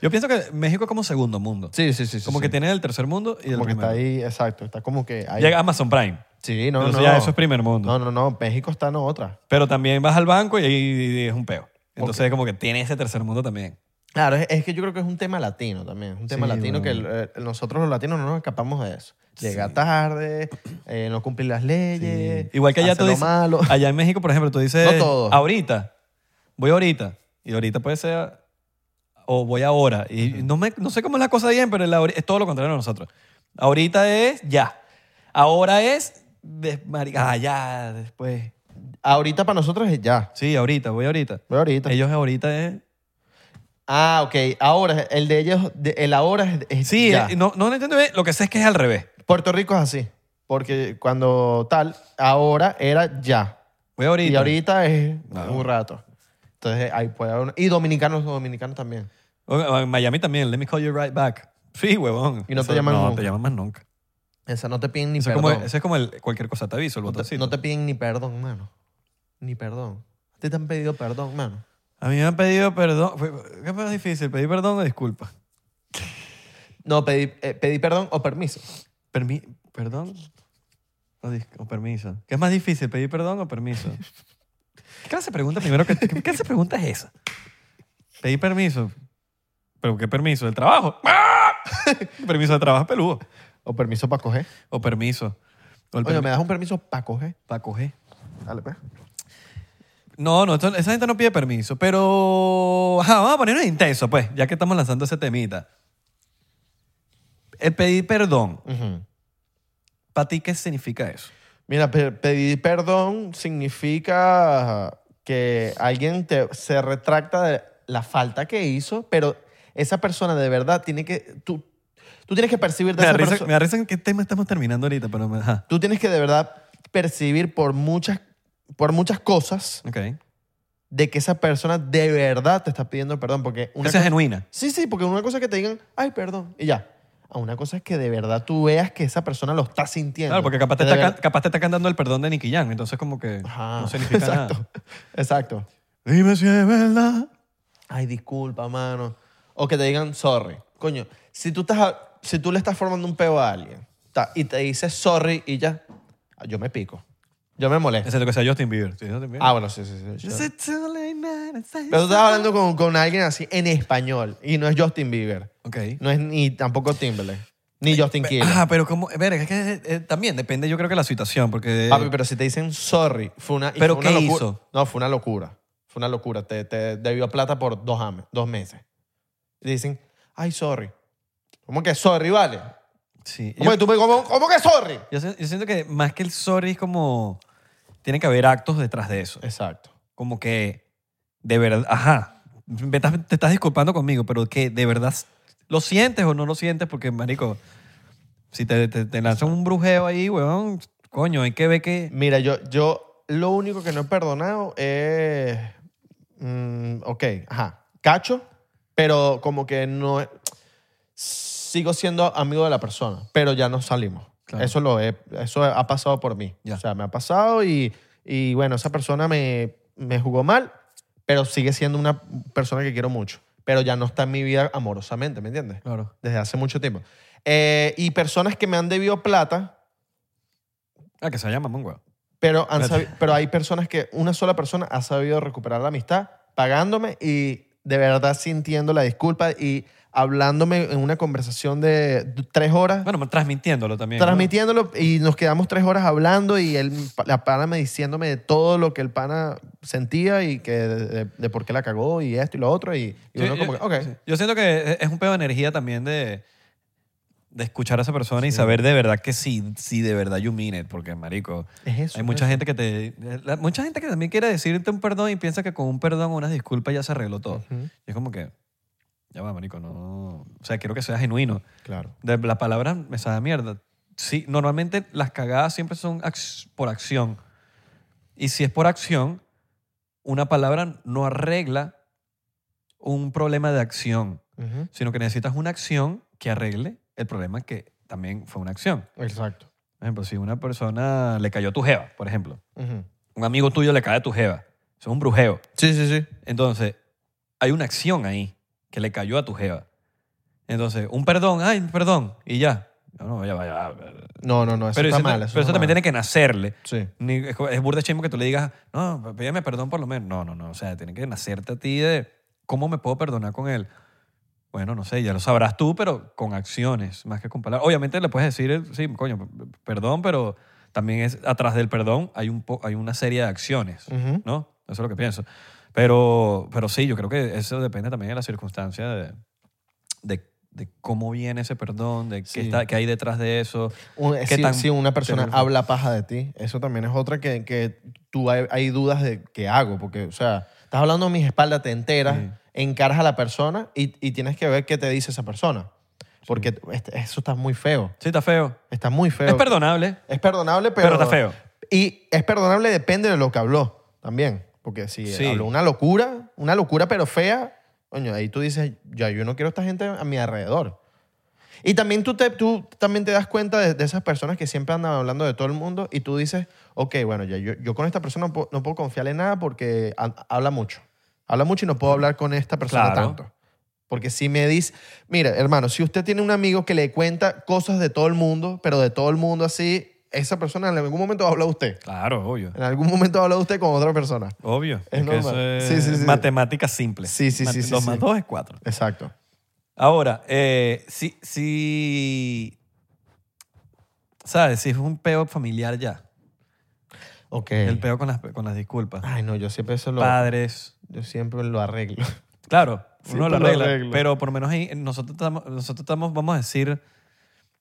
[SPEAKER 2] Yo pienso que México es como segundo mundo.
[SPEAKER 1] Sí, sí, sí. sí,
[SPEAKER 2] como
[SPEAKER 1] sí.
[SPEAKER 2] que tiene el tercer mundo y el
[SPEAKER 1] Como que
[SPEAKER 2] primero.
[SPEAKER 1] está ahí, exacto. Está como que ahí.
[SPEAKER 2] Llega Amazon Prime.
[SPEAKER 1] Sí, no,
[SPEAKER 2] Entonces
[SPEAKER 1] no.
[SPEAKER 2] ya eso es primer mundo.
[SPEAKER 1] No, no, no. México está en otra.
[SPEAKER 2] Pero también vas al banco y ahí es un peo. Entonces como que tiene ese tercer mundo también.
[SPEAKER 1] Claro, es, es que yo creo que es un tema latino también. Es un tema
[SPEAKER 2] Sí,
[SPEAKER 1] latino que
[SPEAKER 2] bueno.
[SPEAKER 1] el- el- nosotros los latinos no nos escapamos de eso. Llega
[SPEAKER 2] Sí.
[SPEAKER 1] tarde, eh, no cumplir las leyes.
[SPEAKER 2] Igual que allá
[SPEAKER 1] hace
[SPEAKER 2] tú
[SPEAKER 1] lo
[SPEAKER 2] dices,
[SPEAKER 1] malo.
[SPEAKER 2] allá en México, por ejemplo, tú dices,
[SPEAKER 1] No todo.
[SPEAKER 2] ahorita, voy ahorita. Y ahorita puede ser, o voy ahora. Y no, me, no sé cómo es la cosa bien, pero el ahori- es todo lo contrario a nosotros. Ahorita es ya. Ahora es, de, marica, ah, ya, después.
[SPEAKER 1] Pues, Ahorita para nosotros es ya.
[SPEAKER 2] Sí, ahorita, voy ahorita.
[SPEAKER 1] Voy ahorita.
[SPEAKER 2] Ellos ahorita es...
[SPEAKER 1] Ah, ok. Ahora, el de ellos, de- el ahora es, es
[SPEAKER 2] Sí,
[SPEAKER 1] ya.
[SPEAKER 2] eh, no, no lo entiendo bien, lo que sé es que es al revés.
[SPEAKER 1] Puerto Rico es así. Porque cuando tal, ahora era ya.
[SPEAKER 2] Voy ahorita.
[SPEAKER 1] Y ahorita es
[SPEAKER 2] Claro.
[SPEAKER 1] un rato. Entonces ahí puede haber uno. Y dominicanos, dominicanos también.
[SPEAKER 2] O- o En Miami también, let me call you right back. Sí, huevón.
[SPEAKER 1] Y no te llaman
[SPEAKER 2] no,
[SPEAKER 1] nunca.
[SPEAKER 2] te llaman más nunca.
[SPEAKER 1] O sea, no te piden ni
[SPEAKER 2] Eso es,
[SPEAKER 1] perdón.
[SPEAKER 2] como, eso es como el, cualquier cosa, te aviso, el
[SPEAKER 1] no, te,
[SPEAKER 2] botoncito.
[SPEAKER 1] no te piden ni perdón, mano. Ni perdón. ¿A ti te han pedido perdón, mano?
[SPEAKER 2] A mí me han pedido perdón. Fue- ¿Qué más difícil? ¿Pedir perdón o disculpa?
[SPEAKER 1] No, pedí, eh, pedí perdón o permiso.
[SPEAKER 2] Permi- ¿Perdón? O, dis- o permiso. ¿Qué es más difícil, pedir perdón o permiso? ¿Qué clase de pregunta primero? Que, ¿Qué clase de pregunta es esa? ¿Pedir permiso? ¿Pero qué permiso? ¿Del trabajo? ¡Ah! permiso de trabajo es peludo.
[SPEAKER 1] O permiso para coger.
[SPEAKER 2] O permiso. O el
[SPEAKER 1] Oye,
[SPEAKER 2] permi-
[SPEAKER 1] ¿me das un permiso para coger?
[SPEAKER 2] pa' coger.
[SPEAKER 1] Dale, pues.
[SPEAKER 2] No, no, esto- esa gente no pide permiso, pero ajá, vamos a ponernos intenso, pues, ya que estamos lanzando ese temita. El pedir perdón,
[SPEAKER 1] Ujú.
[SPEAKER 2] ¿para ti qué significa eso?
[SPEAKER 1] Mira, pe- pedir perdón significa que alguien te, se retracta de la falta que hizo, pero esa persona de verdad tiene que... Tú, tú tienes que percibir de
[SPEAKER 2] Me da
[SPEAKER 1] esa
[SPEAKER 2] risa,
[SPEAKER 1] perso-
[SPEAKER 2] me da risa en qué tema estamos terminando ahorita, pero me- ajá,
[SPEAKER 1] Tú tienes que de verdad percibir por muchas, por muchas cosas
[SPEAKER 2] ok.
[SPEAKER 1] de que esa persona de verdad te está pidiendo perdón. Porque una
[SPEAKER 2] Esa es
[SPEAKER 1] cosa-
[SPEAKER 2] genuina.
[SPEAKER 1] Sí, sí, porque una cosa es que te digan, ay, perdón, y ya. A una cosa es que de verdad tú veas que esa persona lo está sintiendo.
[SPEAKER 2] Claro, porque capaz te,
[SPEAKER 1] De
[SPEAKER 2] está,
[SPEAKER 1] ver-
[SPEAKER 2] can- capaz te está cantando el perdón de Nicky Jam, entonces como que
[SPEAKER 1] Ajá,
[SPEAKER 2] no significa
[SPEAKER 1] exacto,
[SPEAKER 2] nada.
[SPEAKER 1] Exacto.
[SPEAKER 2] Dime si es verdad.
[SPEAKER 1] Ay, disculpa, mano. O que te digan sorry. Coño, si tú, estás, a- si tú le estás formando un peo a alguien ta- y te dice sorry y ya, ah, yo me pico. Yo me molesto.
[SPEAKER 2] Ese es lo que sea Justin Bieber. Sí, Justin Bieber.
[SPEAKER 1] Ah, bueno, sí, sí, sí.
[SPEAKER 2] Is
[SPEAKER 1] yo-
[SPEAKER 2] it too late now to say
[SPEAKER 1] Pero tú estás
[SPEAKER 2] sorry?
[SPEAKER 1] hablando con, con alguien así en español y no es Justin Bieber.
[SPEAKER 2] Ok.
[SPEAKER 1] No es ni tampoco Timberlake. Ni Justin Quiles.
[SPEAKER 2] Ajá, pero como, verga, es que eh, también depende yo creo que la situación, porque...
[SPEAKER 1] Papi, Ah, pero si te dicen sorry, fue una. y
[SPEAKER 2] ¿Pero
[SPEAKER 1] fue una
[SPEAKER 2] qué
[SPEAKER 1] locura.
[SPEAKER 2] hizo?
[SPEAKER 1] No, fue una locura. Fue una locura. Te, te debió plata por dos, ame- dos meses. Y dicen, ay, sorry. ¿Cómo que sorry, vale?
[SPEAKER 2] Sí.
[SPEAKER 1] ¿Cómo,
[SPEAKER 2] Yo,
[SPEAKER 1] que, tú me- cómo- cómo que sorry?
[SPEAKER 2] yo si- yo siento que más que el sorry es como... Tiene que haber actos detrás de eso.
[SPEAKER 1] Exacto.
[SPEAKER 2] Como que de verdad... Ajá. me estás- te estás disculpando conmigo, pero que de verdad lo sientes o no lo sientes, porque, marico, si te, te, te lanzan un brujeo ahí, weón, coño, hay que ver que...
[SPEAKER 1] Mira, yo, yo lo único que no he perdonado es. mm, ok, ajá. Cacho, pero como que no. Sigo siendo amigo de la persona, pero ya no salimos.
[SPEAKER 2] Claro.
[SPEAKER 1] Eso, lo he- eso ha pasado por mí.
[SPEAKER 2] Ya.
[SPEAKER 1] O sea, me ha pasado y, y bueno, esa persona me, me jugó mal, pero sigue siendo una persona que quiero mucho. Pero ya no está en mi vida amorosamente, ¿me entiendes?
[SPEAKER 2] Claro.
[SPEAKER 1] Desde hace mucho tiempo. Eh, y personas que me han debido plata,
[SPEAKER 2] Ah, que se llama, mamón, weón.
[SPEAKER 1] pero, han
[SPEAKER 2] Espérate.
[SPEAKER 1] sabi- pero hay personas que una sola persona ha sabido recuperar la amistad pagándome y de verdad sintiendo la disculpa y hablándome en una conversación de d- tres horas,
[SPEAKER 2] Bueno, transmitiéndolo también. ¿no?
[SPEAKER 1] transmitiéndolo y nos quedamos tres horas hablando y el, la pana me diciéndome de todo lo que el pana sentía y que de, de- de por qué la cagó y esto y lo otro y, y
[SPEAKER 2] Sí, eh,
[SPEAKER 1] uno como que, ok.
[SPEAKER 2] sí. Yo siento que es- es un pedo de energía también de, de escuchar a esa persona y saber de verdad que sí, sí, de verdad you mean it, porque, marico,
[SPEAKER 1] Es eso.
[SPEAKER 2] hay mucha gente que te... la- mucha gente que también quiere decirte un perdón y piensa que con un perdón o unas disculpas ya se arregló todo.
[SPEAKER 1] pues. Ujú,
[SPEAKER 2] Y es como que, ya va, marico, no... O sea, quiero que sea genuino.
[SPEAKER 1] Claro.
[SPEAKER 2] De las palabras me sabe a mierda. Sí, normalmente las cagadas siempre son ac- por acción. Y si es por acción, una palabra no arregla un problema de acción,
[SPEAKER 1] Ujú.
[SPEAKER 2] sino que necesitas una acción que arregle el problema que también fue una acción.
[SPEAKER 1] Exacto.
[SPEAKER 2] Por ejemplo, si una persona le cayó tu jeva, por ejemplo,
[SPEAKER 1] Ujú.
[SPEAKER 2] un amigo tuyo le cae a tu jeva, eso es un brujeo.
[SPEAKER 1] Sí, sí, sí.
[SPEAKER 2] Entonces, hay una acción ahí que le cayó a tu jeva. Entonces, un perdón, ay, perdón, y ya. No, no, ya va, ya va.
[SPEAKER 1] No, no, no, eso
[SPEAKER 2] Pero
[SPEAKER 1] está
[SPEAKER 2] eso,
[SPEAKER 1] mal.
[SPEAKER 2] pero
[SPEAKER 1] Eso,
[SPEAKER 2] eso también tiene que nacerle.
[SPEAKER 1] tiene... Sí.
[SPEAKER 2] Ni- es co- es burda de chimbo que tú le digas, no, pídeme perdón por lo menos. No, no, no. O sea, tiene que nacerte a ti de cómo me puedo perdonar con él. Bueno, no sé, ya lo sabrás tú, pero con acciones, más que con palabras. Obviamente le puedes decir, eh, sí, coño, p- p- perdón, pero también es atrás del perdón hay, un po- hay una serie de acciones,
[SPEAKER 1] Ujú.
[SPEAKER 2] ¿no? Eso es lo que pienso. Pero, pero sí, yo creo que eso depende también de la circunstancia de, de- de cómo viene ese perdón, de qué,
[SPEAKER 1] Sí.
[SPEAKER 2] está, qué hay detrás de eso.
[SPEAKER 1] Un-
[SPEAKER 2] ¿Qué
[SPEAKER 1] Eh, si,
[SPEAKER 2] tan
[SPEAKER 1] si una persona
[SPEAKER 2] terrible?
[SPEAKER 1] habla paja de ti, eso también es otra que, que tú hay, hay dudas de qué hago, porque, o sea, estás hablando de mis espaldas, te enteras,
[SPEAKER 2] Sí.
[SPEAKER 1] encaras a la persona y, y tienes que ver qué te dice esa persona. Porque este- eso está muy feo.
[SPEAKER 2] Sí, está feo.
[SPEAKER 1] Está muy feo.
[SPEAKER 2] es perdonable,
[SPEAKER 1] Es perdonable, pero...
[SPEAKER 2] pero está feo.
[SPEAKER 1] Y es perdonable depende de lo que habló también. Porque si
[SPEAKER 2] Sí.
[SPEAKER 1] habló una locura, una locura pero fea, coño, ahí tú dices, ya yo no quiero esta gente a mi alrededor. Y también tú, te, tú también te das cuenta de, de esas personas que siempre andan hablando de todo el mundo y tú dices, ok, bueno, ya yo, yo con esta persona no puedo, no puedo confiarle en nada porque ha- habla mucho. Habla mucho y no puedo hablar con esta persona
[SPEAKER 2] Claro.
[SPEAKER 1] tanto. Porque si me dice, mira, hermano, si usted tiene un amigo que le cuenta cosas de todo el mundo, pero de todo el mundo así, esa persona en algún momento va a hablar de usted.
[SPEAKER 2] Claro, obvio.
[SPEAKER 1] En algún momento habla usted con otra persona.
[SPEAKER 2] Obvio.
[SPEAKER 1] Es
[SPEAKER 2] Es que eso
[SPEAKER 1] normal.
[SPEAKER 2] es
[SPEAKER 1] Sí, sí, sí.
[SPEAKER 2] matemática simple.
[SPEAKER 1] Sí, sí, sí, sí,
[SPEAKER 2] Dos
[SPEAKER 1] sí.
[SPEAKER 2] más dos es cuatro.
[SPEAKER 1] Exacto.
[SPEAKER 2] Ahora, eh, si, si. ¿Sabes? Si es un peo familiar ya.
[SPEAKER 1] Ok.
[SPEAKER 2] El peo con las, con las disculpas.
[SPEAKER 1] Ay, no, yo siempre eso lo...
[SPEAKER 2] Padres.
[SPEAKER 1] Yo siempre lo arreglo.
[SPEAKER 2] Claro, uno
[SPEAKER 1] Siempre
[SPEAKER 2] lo
[SPEAKER 1] lo
[SPEAKER 2] arregla.
[SPEAKER 1] arregla.
[SPEAKER 2] Pero por lo menos ahí nosotros estamos, nosotros estamos, vamos a decir.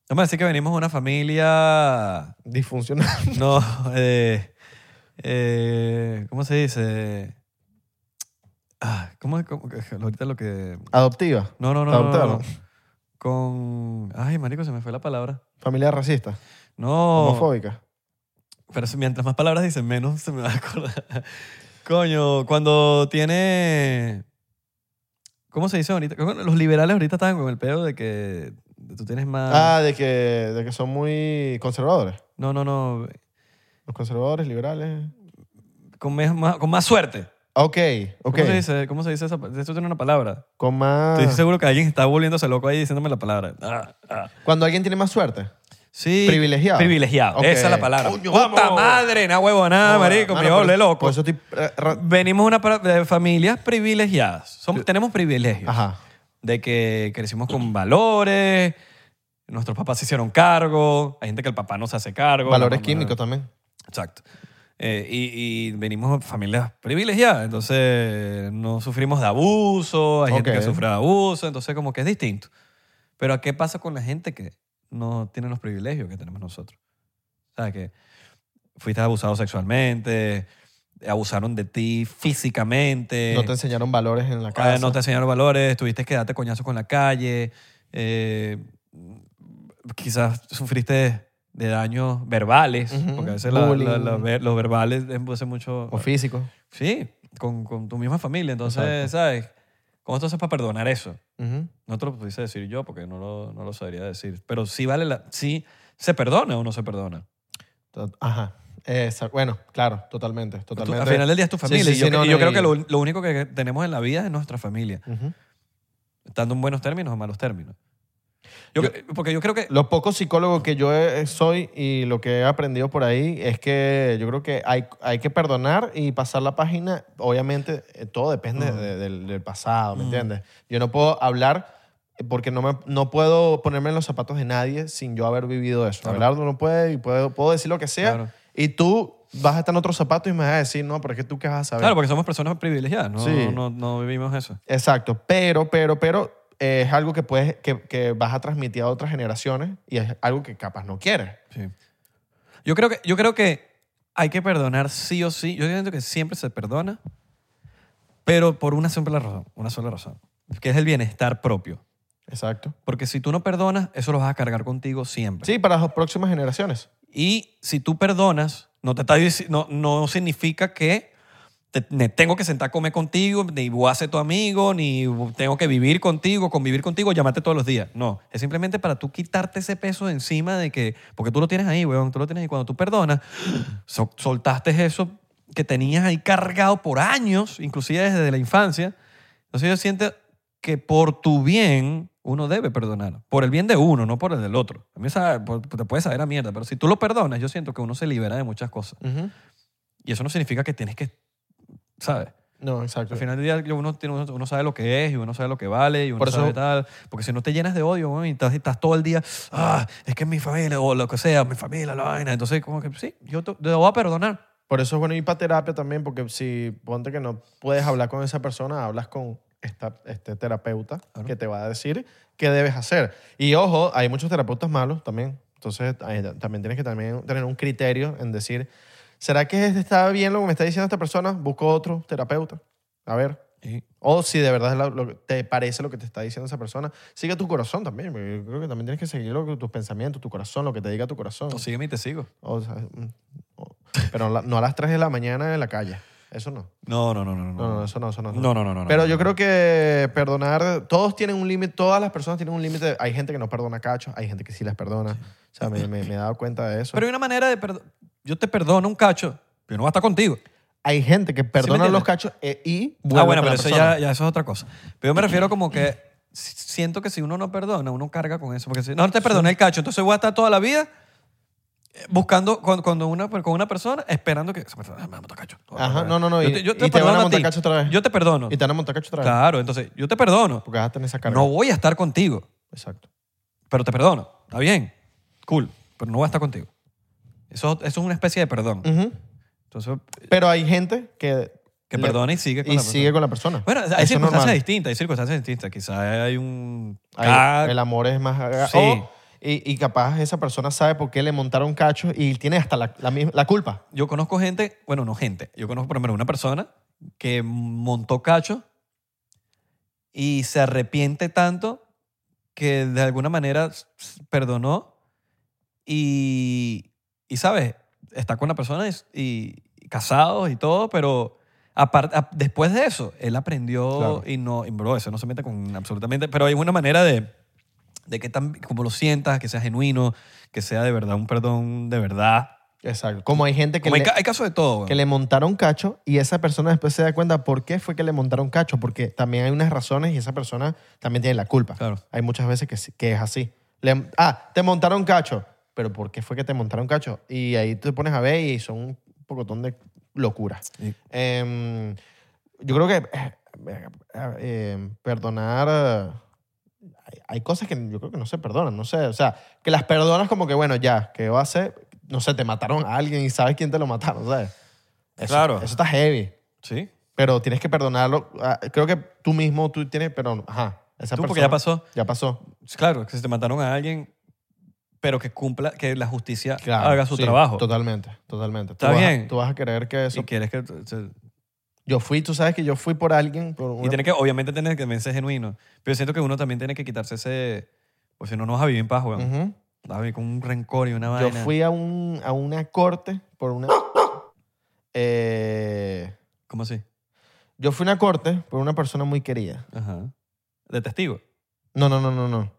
[SPEAKER 2] Vamos a decir que venimos de una familia.
[SPEAKER 1] Disfuncional.
[SPEAKER 2] No, eh, eh, ¿cómo se dice? Ah, ¿Cómo es? Cómo- ahorita lo que...
[SPEAKER 1] Adoptiva.
[SPEAKER 2] No, no, no, no, no.
[SPEAKER 1] Adoptaron.
[SPEAKER 2] Con... Ay, marico, se me fue la palabra.
[SPEAKER 1] Familia racista.
[SPEAKER 2] No.
[SPEAKER 1] Homofóbica.
[SPEAKER 2] Pero si- mientras más palabras dicen, menos se me va a acordar. Coño, cuando tiene... ¿Cómo se dice ahorita? Coño, Los liberales ahorita están con el pedo de que tú tienes más...
[SPEAKER 1] Ah, de, que, de que son muy conservadores.
[SPEAKER 2] No, no, no.
[SPEAKER 1] Los conservadores, liberales. Ah,
[SPEAKER 2] Con mes- más, con más suerte.
[SPEAKER 1] Ok, ok. Ah.
[SPEAKER 2] ¿Cómo se dice? ¿Cómo se dice esa pa- Esto tiene una palabra.
[SPEAKER 1] Con más...
[SPEAKER 2] Estoy seguro que alguien está volviéndose loco ahí diciéndome la palabra. Ah, ah.
[SPEAKER 1] Cuando alguien tiene más suerte.
[SPEAKER 2] Sí.
[SPEAKER 1] Privilegiado.
[SPEAKER 2] Privilegiado.
[SPEAKER 1] Ok.
[SPEAKER 2] Esa es la palabra.
[SPEAKER 1] Coño,
[SPEAKER 2] ¡Puta
[SPEAKER 1] vamos!
[SPEAKER 2] madre! Na huevo, nada, Ah, marico.
[SPEAKER 1] Mano,
[SPEAKER 2] me
[SPEAKER 1] por-
[SPEAKER 2] volé loco.
[SPEAKER 1] Por eso estoy... eh, ra-
[SPEAKER 2] Venimos de una pra- de familias privilegiadas. Somos, tenemos privilegios.
[SPEAKER 1] Ajá.
[SPEAKER 2] De que crecimos con valores, nuestros papás se hicieron cargo, hay gente que el papá no se hace cargo. la
[SPEAKER 1] Valores
[SPEAKER 2] mamá-
[SPEAKER 1] químicos también.
[SPEAKER 2] Exacto. Eh, y, y venimos de familias privilegiadas, entonces no sufrimos de abuso, hay gente
[SPEAKER 1] Ok.
[SPEAKER 2] que sufre de abuso, entonces como que es distinto. Pero ¿qué pasa con la gente que no tiene los privilegios que tenemos nosotros? O sea, que fuiste abusado sexualmente, abusaron de ti físicamente,
[SPEAKER 1] No te enseñaron valores en la
[SPEAKER 2] eh,
[SPEAKER 1] casa.
[SPEAKER 2] no te enseñaron valores, tuviste que darte coñazos con la calle, eh, quizás sufriste de daños verbales,
[SPEAKER 1] Ujú.
[SPEAKER 2] porque a veces la-
[SPEAKER 1] Bullying.
[SPEAKER 2] la- la ver- los verbales hacen mucho...
[SPEAKER 1] O físicos.
[SPEAKER 2] Sí, con, con tu misma familia. Entonces,
[SPEAKER 1] Exacto.
[SPEAKER 2] ¿sabes? ¿Cómo tú haces para perdonar eso?
[SPEAKER 1] Ujú.
[SPEAKER 2] No te lo pudiese decir yo porque no lo, no lo sabría decir. Pero sí vale la... Sí, ¿se perdona o no se perdona?
[SPEAKER 1] To- Ajá. Esa- bueno, claro, totalmente.
[SPEAKER 2] Tú-
[SPEAKER 1] totalmente.
[SPEAKER 2] al final del día es tu
[SPEAKER 1] Sí,
[SPEAKER 2] familia.
[SPEAKER 1] sí,
[SPEAKER 2] y yo,
[SPEAKER 1] sí, no,
[SPEAKER 2] y yo
[SPEAKER 1] no,
[SPEAKER 2] creo
[SPEAKER 1] y-
[SPEAKER 2] que lo, lo único que tenemos en la vida es nuestra familia.
[SPEAKER 1] Ujú.
[SPEAKER 2] Tanto en buenos términos o en malos términos. Yo- porque yo creo que...
[SPEAKER 1] Los pocos psicólogos que yo eh, soy y lo que he aprendido por ahí es que yo creo que hay, hay que perdonar y pasar la página. Obviamente, eh, todo depende
[SPEAKER 2] Mm.
[SPEAKER 1] de- del, del pasado, ¿me
[SPEAKER 2] Mm.
[SPEAKER 1] entiendes? Yo no puedo hablar porque no, me, no puedo ponerme en los zapatos de nadie sin yo haber vivido eso.
[SPEAKER 2] Claro.
[SPEAKER 1] Abelardo no puede y puedo, puedo decir lo que sea
[SPEAKER 2] Claro.
[SPEAKER 1] y tú vas a estar en otros zapatos y me vas a decir, no, pero es que tú qué vas a saber.
[SPEAKER 2] Claro, porque somos personas privilegiadas. No,
[SPEAKER 1] Sí.
[SPEAKER 2] no, no vivimos eso.
[SPEAKER 1] Exacto, pero, pero, pero eh, es algo que, puedes, que, que vas a transmitir a otras generaciones y es algo que capaz no quieres.
[SPEAKER 2] Sí. Yo creo que, yo creo que hay que perdonar sí o sí. Yo siento que siempre se perdona, pero por una simple razón, una sola razón, que es el bienestar propio.
[SPEAKER 1] Exacto.
[SPEAKER 2] Porque si tú no perdonas, eso lo vas a cargar contigo siempre.
[SPEAKER 1] Sí, para las próximas generaciones.
[SPEAKER 2] Y si tú perdonas, no te está dici- no, no significa que te- me tengo que sentar a comer contigo, ni voy a ser tu amigo, ni tengo que vivir contigo, convivir contigo, llamarte todos los días. No, es simplemente para tú quitarte ese peso de encima de que, porque tú lo tienes ahí, weón, tú lo tienes ahí. Cuando tú perdonas, so- soltaste eso que tenías ahí cargado por años, inclusive desde la infancia. Entonces yo siento que por tu bien uno debe perdonar, por el bien de uno, no por el del otro. A mí esa- por- te puede saber a mierda, pero si tú lo perdonas, yo siento que uno se libera de muchas cosas.
[SPEAKER 1] Ujú.
[SPEAKER 2] Y eso no significa que tienes que, ¿sabes?
[SPEAKER 1] No, exacto.
[SPEAKER 2] Al final del día yo- uno, tiene- uno- uno sabe lo que es y uno sabe lo que vale y uno
[SPEAKER 1] Por eso-
[SPEAKER 2] sabe tal. Porque si no te llenas de odio weón, y estás, estás todo el día, ah, es que es mi familia o lo que sea, mi familia, la vaina. Entonces, como que sí, yo te, te voy a perdonar.
[SPEAKER 1] Por eso es bueno ir para terapia también, porque si ponte que no puedes hablar con esa persona, hablas con esta, este terapeuta
[SPEAKER 2] Claro.
[SPEAKER 1] que te va a decir qué debes hacer. Y ojo, hay muchos terapeutas malos también. Entonces ahí ta- también tienes que también tener un criterio en decir, ¿será que este está bien lo que me está diciendo esta persona? Busco otro terapeuta. A ver.
[SPEAKER 2] Y
[SPEAKER 1] O si de verdad es la- lo que te parece lo que te está diciendo esa persona, sigue tu corazón también. porque Yo creo que también tienes que seguir lo que- tus pensamientos, tu corazón, lo que te diga tu corazón.
[SPEAKER 2] o sígueme y te sigo.
[SPEAKER 1] O sea, mm, o- pero la- no a las 3 de la mañana en la calle. Eso no.
[SPEAKER 2] No, no, no, no.
[SPEAKER 1] No, no, eso no, eso no.
[SPEAKER 2] No, no, no, no, no,
[SPEAKER 1] Pero
[SPEAKER 2] no,
[SPEAKER 1] yo
[SPEAKER 2] no.
[SPEAKER 1] creo que perdonar, todos tienen un límite, todas las personas tienen un límite. Hay gente que no perdona cachos, hay gente que sí las perdona. O sea, me, me- me he dado cuenta de eso.
[SPEAKER 2] Pero hay una manera de perdo- Yo te perdono un cacho, pero yo no va a estar contigo.
[SPEAKER 1] hay gente que perdona
[SPEAKER 2] entiendes?
[SPEAKER 1] los cachos e- y
[SPEAKER 2] ah,
[SPEAKER 1] vuelve
[SPEAKER 2] bueno,
[SPEAKER 1] con la
[SPEAKER 2] pero eso
[SPEAKER 1] persona.
[SPEAKER 2] ya, ya eso es otra cosa. Pero yo me refiero como que si- siento que si uno no perdona, uno carga con eso. Porque si no te perdoné el cacho, entonces voy a estar toda la vida eh, buscando con, cuando una, pues, con una persona esperando que... esa persona, "Ah, me va a montar cacho.
[SPEAKER 1] Ajá, no, no, no, y-
[SPEAKER 2] Yo te, yo
[SPEAKER 1] y
[SPEAKER 2] te
[SPEAKER 1] te van a
[SPEAKER 2] perdono a
[SPEAKER 1] montar
[SPEAKER 2] ti.
[SPEAKER 1] cacho otra vez.
[SPEAKER 2] Yo te perdono.
[SPEAKER 1] Y te van a montar cachos otra vez.
[SPEAKER 2] Claro, entonces yo te perdono.
[SPEAKER 1] Porque vas a tener esa carga.
[SPEAKER 2] No voy a estar contigo,
[SPEAKER 1] Exacto.
[SPEAKER 2] pero te perdono. Está bien, cool, pero no voy a estar contigo. Eso, eso es una especie de perdón.
[SPEAKER 1] Ujú.
[SPEAKER 2] Entonces,
[SPEAKER 1] Pero hay gente que...
[SPEAKER 2] que
[SPEAKER 1] le-
[SPEAKER 2] perdona y sigue con
[SPEAKER 1] Y
[SPEAKER 2] la persona.
[SPEAKER 1] sigue con la persona.
[SPEAKER 2] Bueno,
[SPEAKER 1] Eso
[SPEAKER 2] hay
[SPEAKER 1] es
[SPEAKER 2] circunstancias
[SPEAKER 1] normal.
[SPEAKER 2] distintas, hay circunstancias distintas. Quizás hay un...
[SPEAKER 1] Ahí,
[SPEAKER 2] Ah,
[SPEAKER 1] el amor es más... aga-
[SPEAKER 2] Sí.
[SPEAKER 1] o- y, y capaz esa persona sabe por qué le montaron cachos y tiene hasta la, la, misma- la culpa.
[SPEAKER 2] yo conozco gente, bueno, no gente, yo conozco por lo menos una persona que montó cacho y se arrepiente tanto que de alguna manera s- s- perdonó y, y ¿sabes? Está con la persona y, y casados y todo, pero aparte, ap- después de eso, él aprendió
[SPEAKER 1] Claro.
[SPEAKER 2] y no, y bro, eso no se mete con absolutamente, pero hay una manera de, de que tan, como lo sientas, que sea genuino, que sea de verdad un perdón de verdad.
[SPEAKER 1] Exacto. Como hay gente que,
[SPEAKER 2] Como hay,
[SPEAKER 1] le,
[SPEAKER 2] ca- hay casos de todo, weón.
[SPEAKER 1] que le montaron cacho y esa persona después se da cuenta por qué fue que le montaron cacho. Porque también hay unas razones y esa persona también tiene la culpa.
[SPEAKER 2] Claro.
[SPEAKER 1] Hay muchas veces que, sí- que es así. Le- ah, te montaron cacho. Pero ¿por qué fue que te montaron cacho? Y ahí te pones a ver y son un pocotón de locuras.
[SPEAKER 2] Y-
[SPEAKER 1] Em, yo creo que eh, eh, eh, perdonar. eh, hay- hay cosas que yo creo que no se perdonan, no sé. O sea, que las perdonas como que, bueno, ya, ¿qué va a hacer? No sé, te mataron a alguien y sabes quién te lo mataron, ¿sabes? Eso-
[SPEAKER 2] Claro.
[SPEAKER 1] Eso está heavy.
[SPEAKER 2] Sí.
[SPEAKER 1] Pero tienes que perdonarlo. Ah, Creo que tú mismo, tú tienes, pero, ajá. Esa
[SPEAKER 2] Tú,
[SPEAKER 1] persona,
[SPEAKER 2] porque ya pasó.
[SPEAKER 1] Ya pasó.
[SPEAKER 2] Claro, que si te mataron a alguien, pero que cumpla, que la justicia
[SPEAKER 1] Claro,
[SPEAKER 2] haga su
[SPEAKER 1] sí,
[SPEAKER 2] trabajo.
[SPEAKER 1] Totalmente, totalmente.
[SPEAKER 2] Está
[SPEAKER 1] tú Vas
[SPEAKER 2] bien.
[SPEAKER 1] a, tú vas a querer que eso...
[SPEAKER 2] Si quieres que. o sea,
[SPEAKER 1] Yo fui, tú sabes que yo fui por alguien, por
[SPEAKER 2] Y
[SPEAKER 1] una-
[SPEAKER 2] tiene que, obviamente, tener que vencer genuino. Pero siento que uno también tiene que quitarse ese. Pues si no, no vas a vivir en paz, weón.
[SPEAKER 1] Ujú.
[SPEAKER 2] Vas a vivir con un rencor y una
[SPEAKER 1] Yo
[SPEAKER 2] vaina.
[SPEAKER 1] fui a, un, a una corte por una... Eh,
[SPEAKER 2] ¿Cómo así?
[SPEAKER 1] yo fui a una corte por una persona muy querida.
[SPEAKER 2] Ajá. De testigo.
[SPEAKER 1] No, no, no, no, no.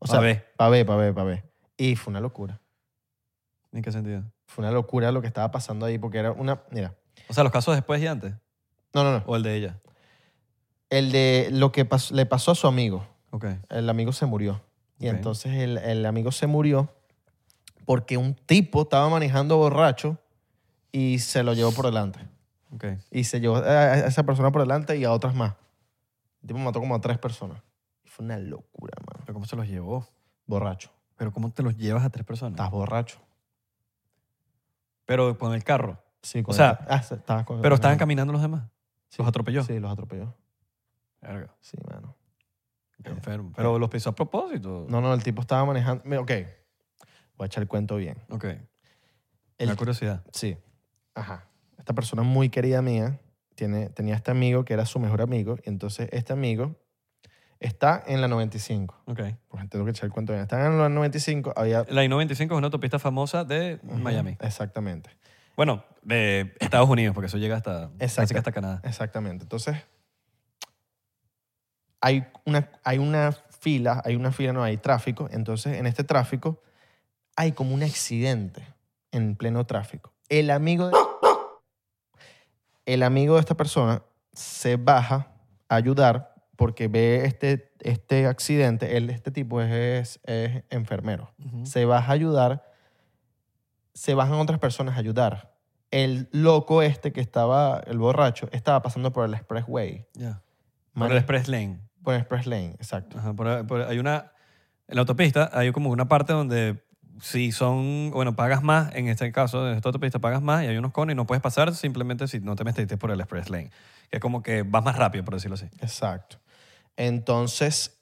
[SPEAKER 1] O sea,
[SPEAKER 2] Pavé.
[SPEAKER 1] pavé, pavé, pavé. Y fue una locura.
[SPEAKER 2] ¿En qué sentido?
[SPEAKER 1] Fue una locura lo que estaba pasando ahí porque era una... Mira.
[SPEAKER 2] O sea, los casos después y antes.
[SPEAKER 1] No, no, no.
[SPEAKER 2] O el de ella.
[SPEAKER 1] El de lo que pas- le pasó a su amigo.
[SPEAKER 2] Ok.
[SPEAKER 1] el amigo se murió. Y
[SPEAKER 2] Ok.
[SPEAKER 1] entonces el, el amigo se murió porque un tipo estaba manejando borracho y se lo llevó por delante.
[SPEAKER 2] Ok.
[SPEAKER 1] Y se llevó a a esa persona por delante y a otras más. El tipo mató como a tres personas. Fue una locura, mano.
[SPEAKER 2] Pero ¿cómo se los llevó?
[SPEAKER 1] Borracho.
[SPEAKER 2] Pero ¿cómo te los llevas a tres personas?
[SPEAKER 1] Estás borracho.
[SPEAKER 2] Pero con el carro.
[SPEAKER 1] Sí,
[SPEAKER 2] O sea,
[SPEAKER 1] ah, se- estabas con-
[SPEAKER 2] Pero estaban caminando los demás.
[SPEAKER 1] Sí.
[SPEAKER 2] Los atropelló.
[SPEAKER 1] Sí, los atropelló.
[SPEAKER 2] Verga.
[SPEAKER 1] Sí, mano.
[SPEAKER 2] Qué enfermo. Eh, Pero los pisó a propósito.
[SPEAKER 1] No, no, el tipo estaba manejando. Mira, Ok. Voy a echar el cuento bien.
[SPEAKER 2] Ok.
[SPEAKER 1] El
[SPEAKER 2] Una curiosidad.
[SPEAKER 1] Sí. Ajá. Esta persona muy querida mía tiene, tenía este amigo que era su mejor amigo. Y entonces este amigo está en la 95.
[SPEAKER 2] Ok.
[SPEAKER 1] Por gente tengo Pues que echar el cuento bien. Está en la 95. Había,
[SPEAKER 2] La I-95 es una autopista famosa de Miami.
[SPEAKER 1] Exactamente.
[SPEAKER 2] Bueno, de Estados Unidos, porque eso llega hasta,
[SPEAKER 1] Exacto.
[SPEAKER 2] casi que hasta Canadá.
[SPEAKER 1] Exactamente. Entonces, hay una, hay una fila, hay una fila, no hay tráfico. Entonces, en este tráfico hay como un accidente en pleno tráfico. El amigo de, el amigo de esta persona se baja a ayudar porque ve este, este accidente. Él, este tipo es, es enfermero
[SPEAKER 2] Ujú.
[SPEAKER 1] se baja a ayudar, se bajan otras personas a ayudar. El loco este que estaba, el borracho, estaba pasando por el expressway.
[SPEAKER 2] Ya. Por
[SPEAKER 1] Man-
[SPEAKER 2] el Express Lane.
[SPEAKER 1] por el express lane, exacto.
[SPEAKER 2] Ajá, por- por- hay una, en la autopista hay como una parte donde si son, bueno, pagas más, en este caso, en esta autopista pagas más y hay unos conos y no puedes pasar simplemente si no te metiste por el express lane. Que es como que vas más rápido, por decirlo así.
[SPEAKER 1] Exacto. Entonces,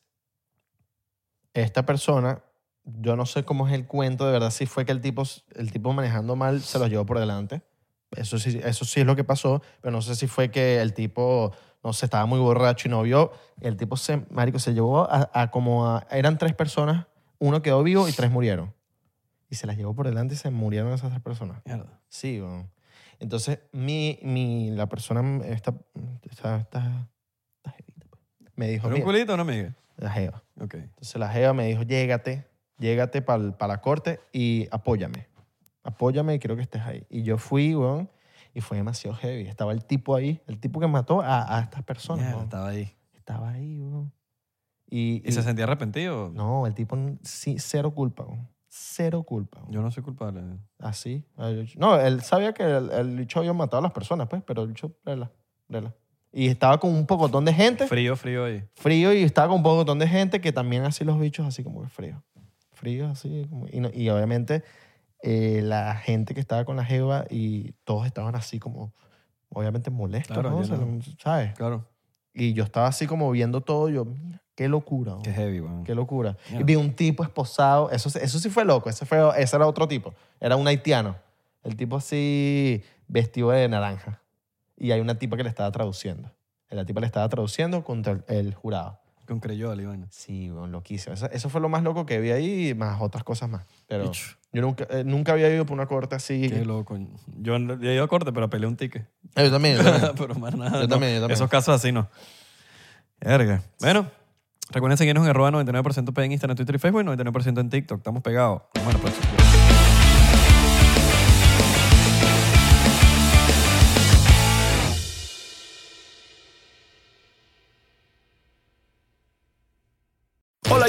[SPEAKER 1] esta persona, yo no sé cómo es el cuento, de verdad, si fue que el tipo, el tipo manejando mal se los llevó por delante. Eso sí, eso sí es lo que pasó, pero no sé si fue que el tipo, no sé, estaba muy borracho y no vio. El tipo, se, marico, se llevó a, a como a- Eran tres personas, uno quedó vivo y tres murieron. Y se las llevó por delante y se murieron esas tres personas.
[SPEAKER 2] Mierda.
[SPEAKER 1] Sí, weón. Entonces, mi, mi, la persona, mm, esta, esta, esta, esta jevita, pues, me dijo,
[SPEAKER 2] ¿Era un
[SPEAKER 1] "Mira",
[SPEAKER 2] culito o una amiga?
[SPEAKER 1] la jeva.
[SPEAKER 2] Ok.
[SPEAKER 1] Entonces la jeva me dijo, llégate, llégate para la corte y apóyame. Apóyame y quiero que estés ahí. Y yo fui, weón, y fue demasiado heavy. Estaba el tipo ahí, el tipo que mató a, a estas personas,
[SPEAKER 2] Mierda,
[SPEAKER 1] weón.
[SPEAKER 2] estaba ahí.
[SPEAKER 1] Estaba ahí, weón. Y,
[SPEAKER 2] ¿Y se sentía arrepentido?
[SPEAKER 1] No, el tipo, sí, cero culpa, weón. Cero culpa, weón.
[SPEAKER 2] Yo no soy culpable.
[SPEAKER 1] Así. El- No, él sabía que el, el bicho había matado a las personas, pues, pero el bicho, rela, rela. Y estaba con un pocotón de gente,
[SPEAKER 2] Frío, frío ahí.
[SPEAKER 1] frío, y estaba con un pocotón de gente que también así los bichos, así como que frío. Frío, así. como- y, no- y obviamente eh, la gente que estaba con la jeva y todos estaban así como, obviamente molestos,
[SPEAKER 2] Claro,
[SPEAKER 1] ¿no?
[SPEAKER 2] yo
[SPEAKER 1] Se
[SPEAKER 2] no.
[SPEAKER 1] lo- ¿Sabes?
[SPEAKER 2] Claro.
[SPEAKER 1] Y yo estaba así como viendo todo, yo, mira, qué locura. ¿no?
[SPEAKER 2] Qué heavy, weón.
[SPEAKER 1] Qué locura.
[SPEAKER 2] Mierda.
[SPEAKER 1] Y vi un tipo esposado. Eso, eso sí fue loco. Ese, fue, ese era otro tipo. Era un haitiano. El tipo así vestido de naranja. Y hay una tipa que le estaba traduciendo. La tipa le estaba traduciendo contra el, el jurado.
[SPEAKER 2] Con creyola, Iván.
[SPEAKER 1] Sí, weón, loquísimo. Eso, eso fue lo más loco que vi ahí, más otras cosas más. Pero
[SPEAKER 2] Ish,
[SPEAKER 1] yo nunca, eh, nunca había ido por una corte así.
[SPEAKER 2] Qué loco. Yo no- yo he ido a corte, pero peleé un ticket.
[SPEAKER 1] Eh, Yo también. yo también.
[SPEAKER 2] pero más nada.
[SPEAKER 1] Yo
[SPEAKER 2] no.
[SPEAKER 1] también, yo también.
[SPEAKER 2] Esos casos así no. Verga. Bueno, recuerden seguirnos en arroba 99% P en Instagram, Twitter y Facebook y 99% en TikTok. Estamos pegados. Bueno, pues.
[SPEAKER 3] Hola,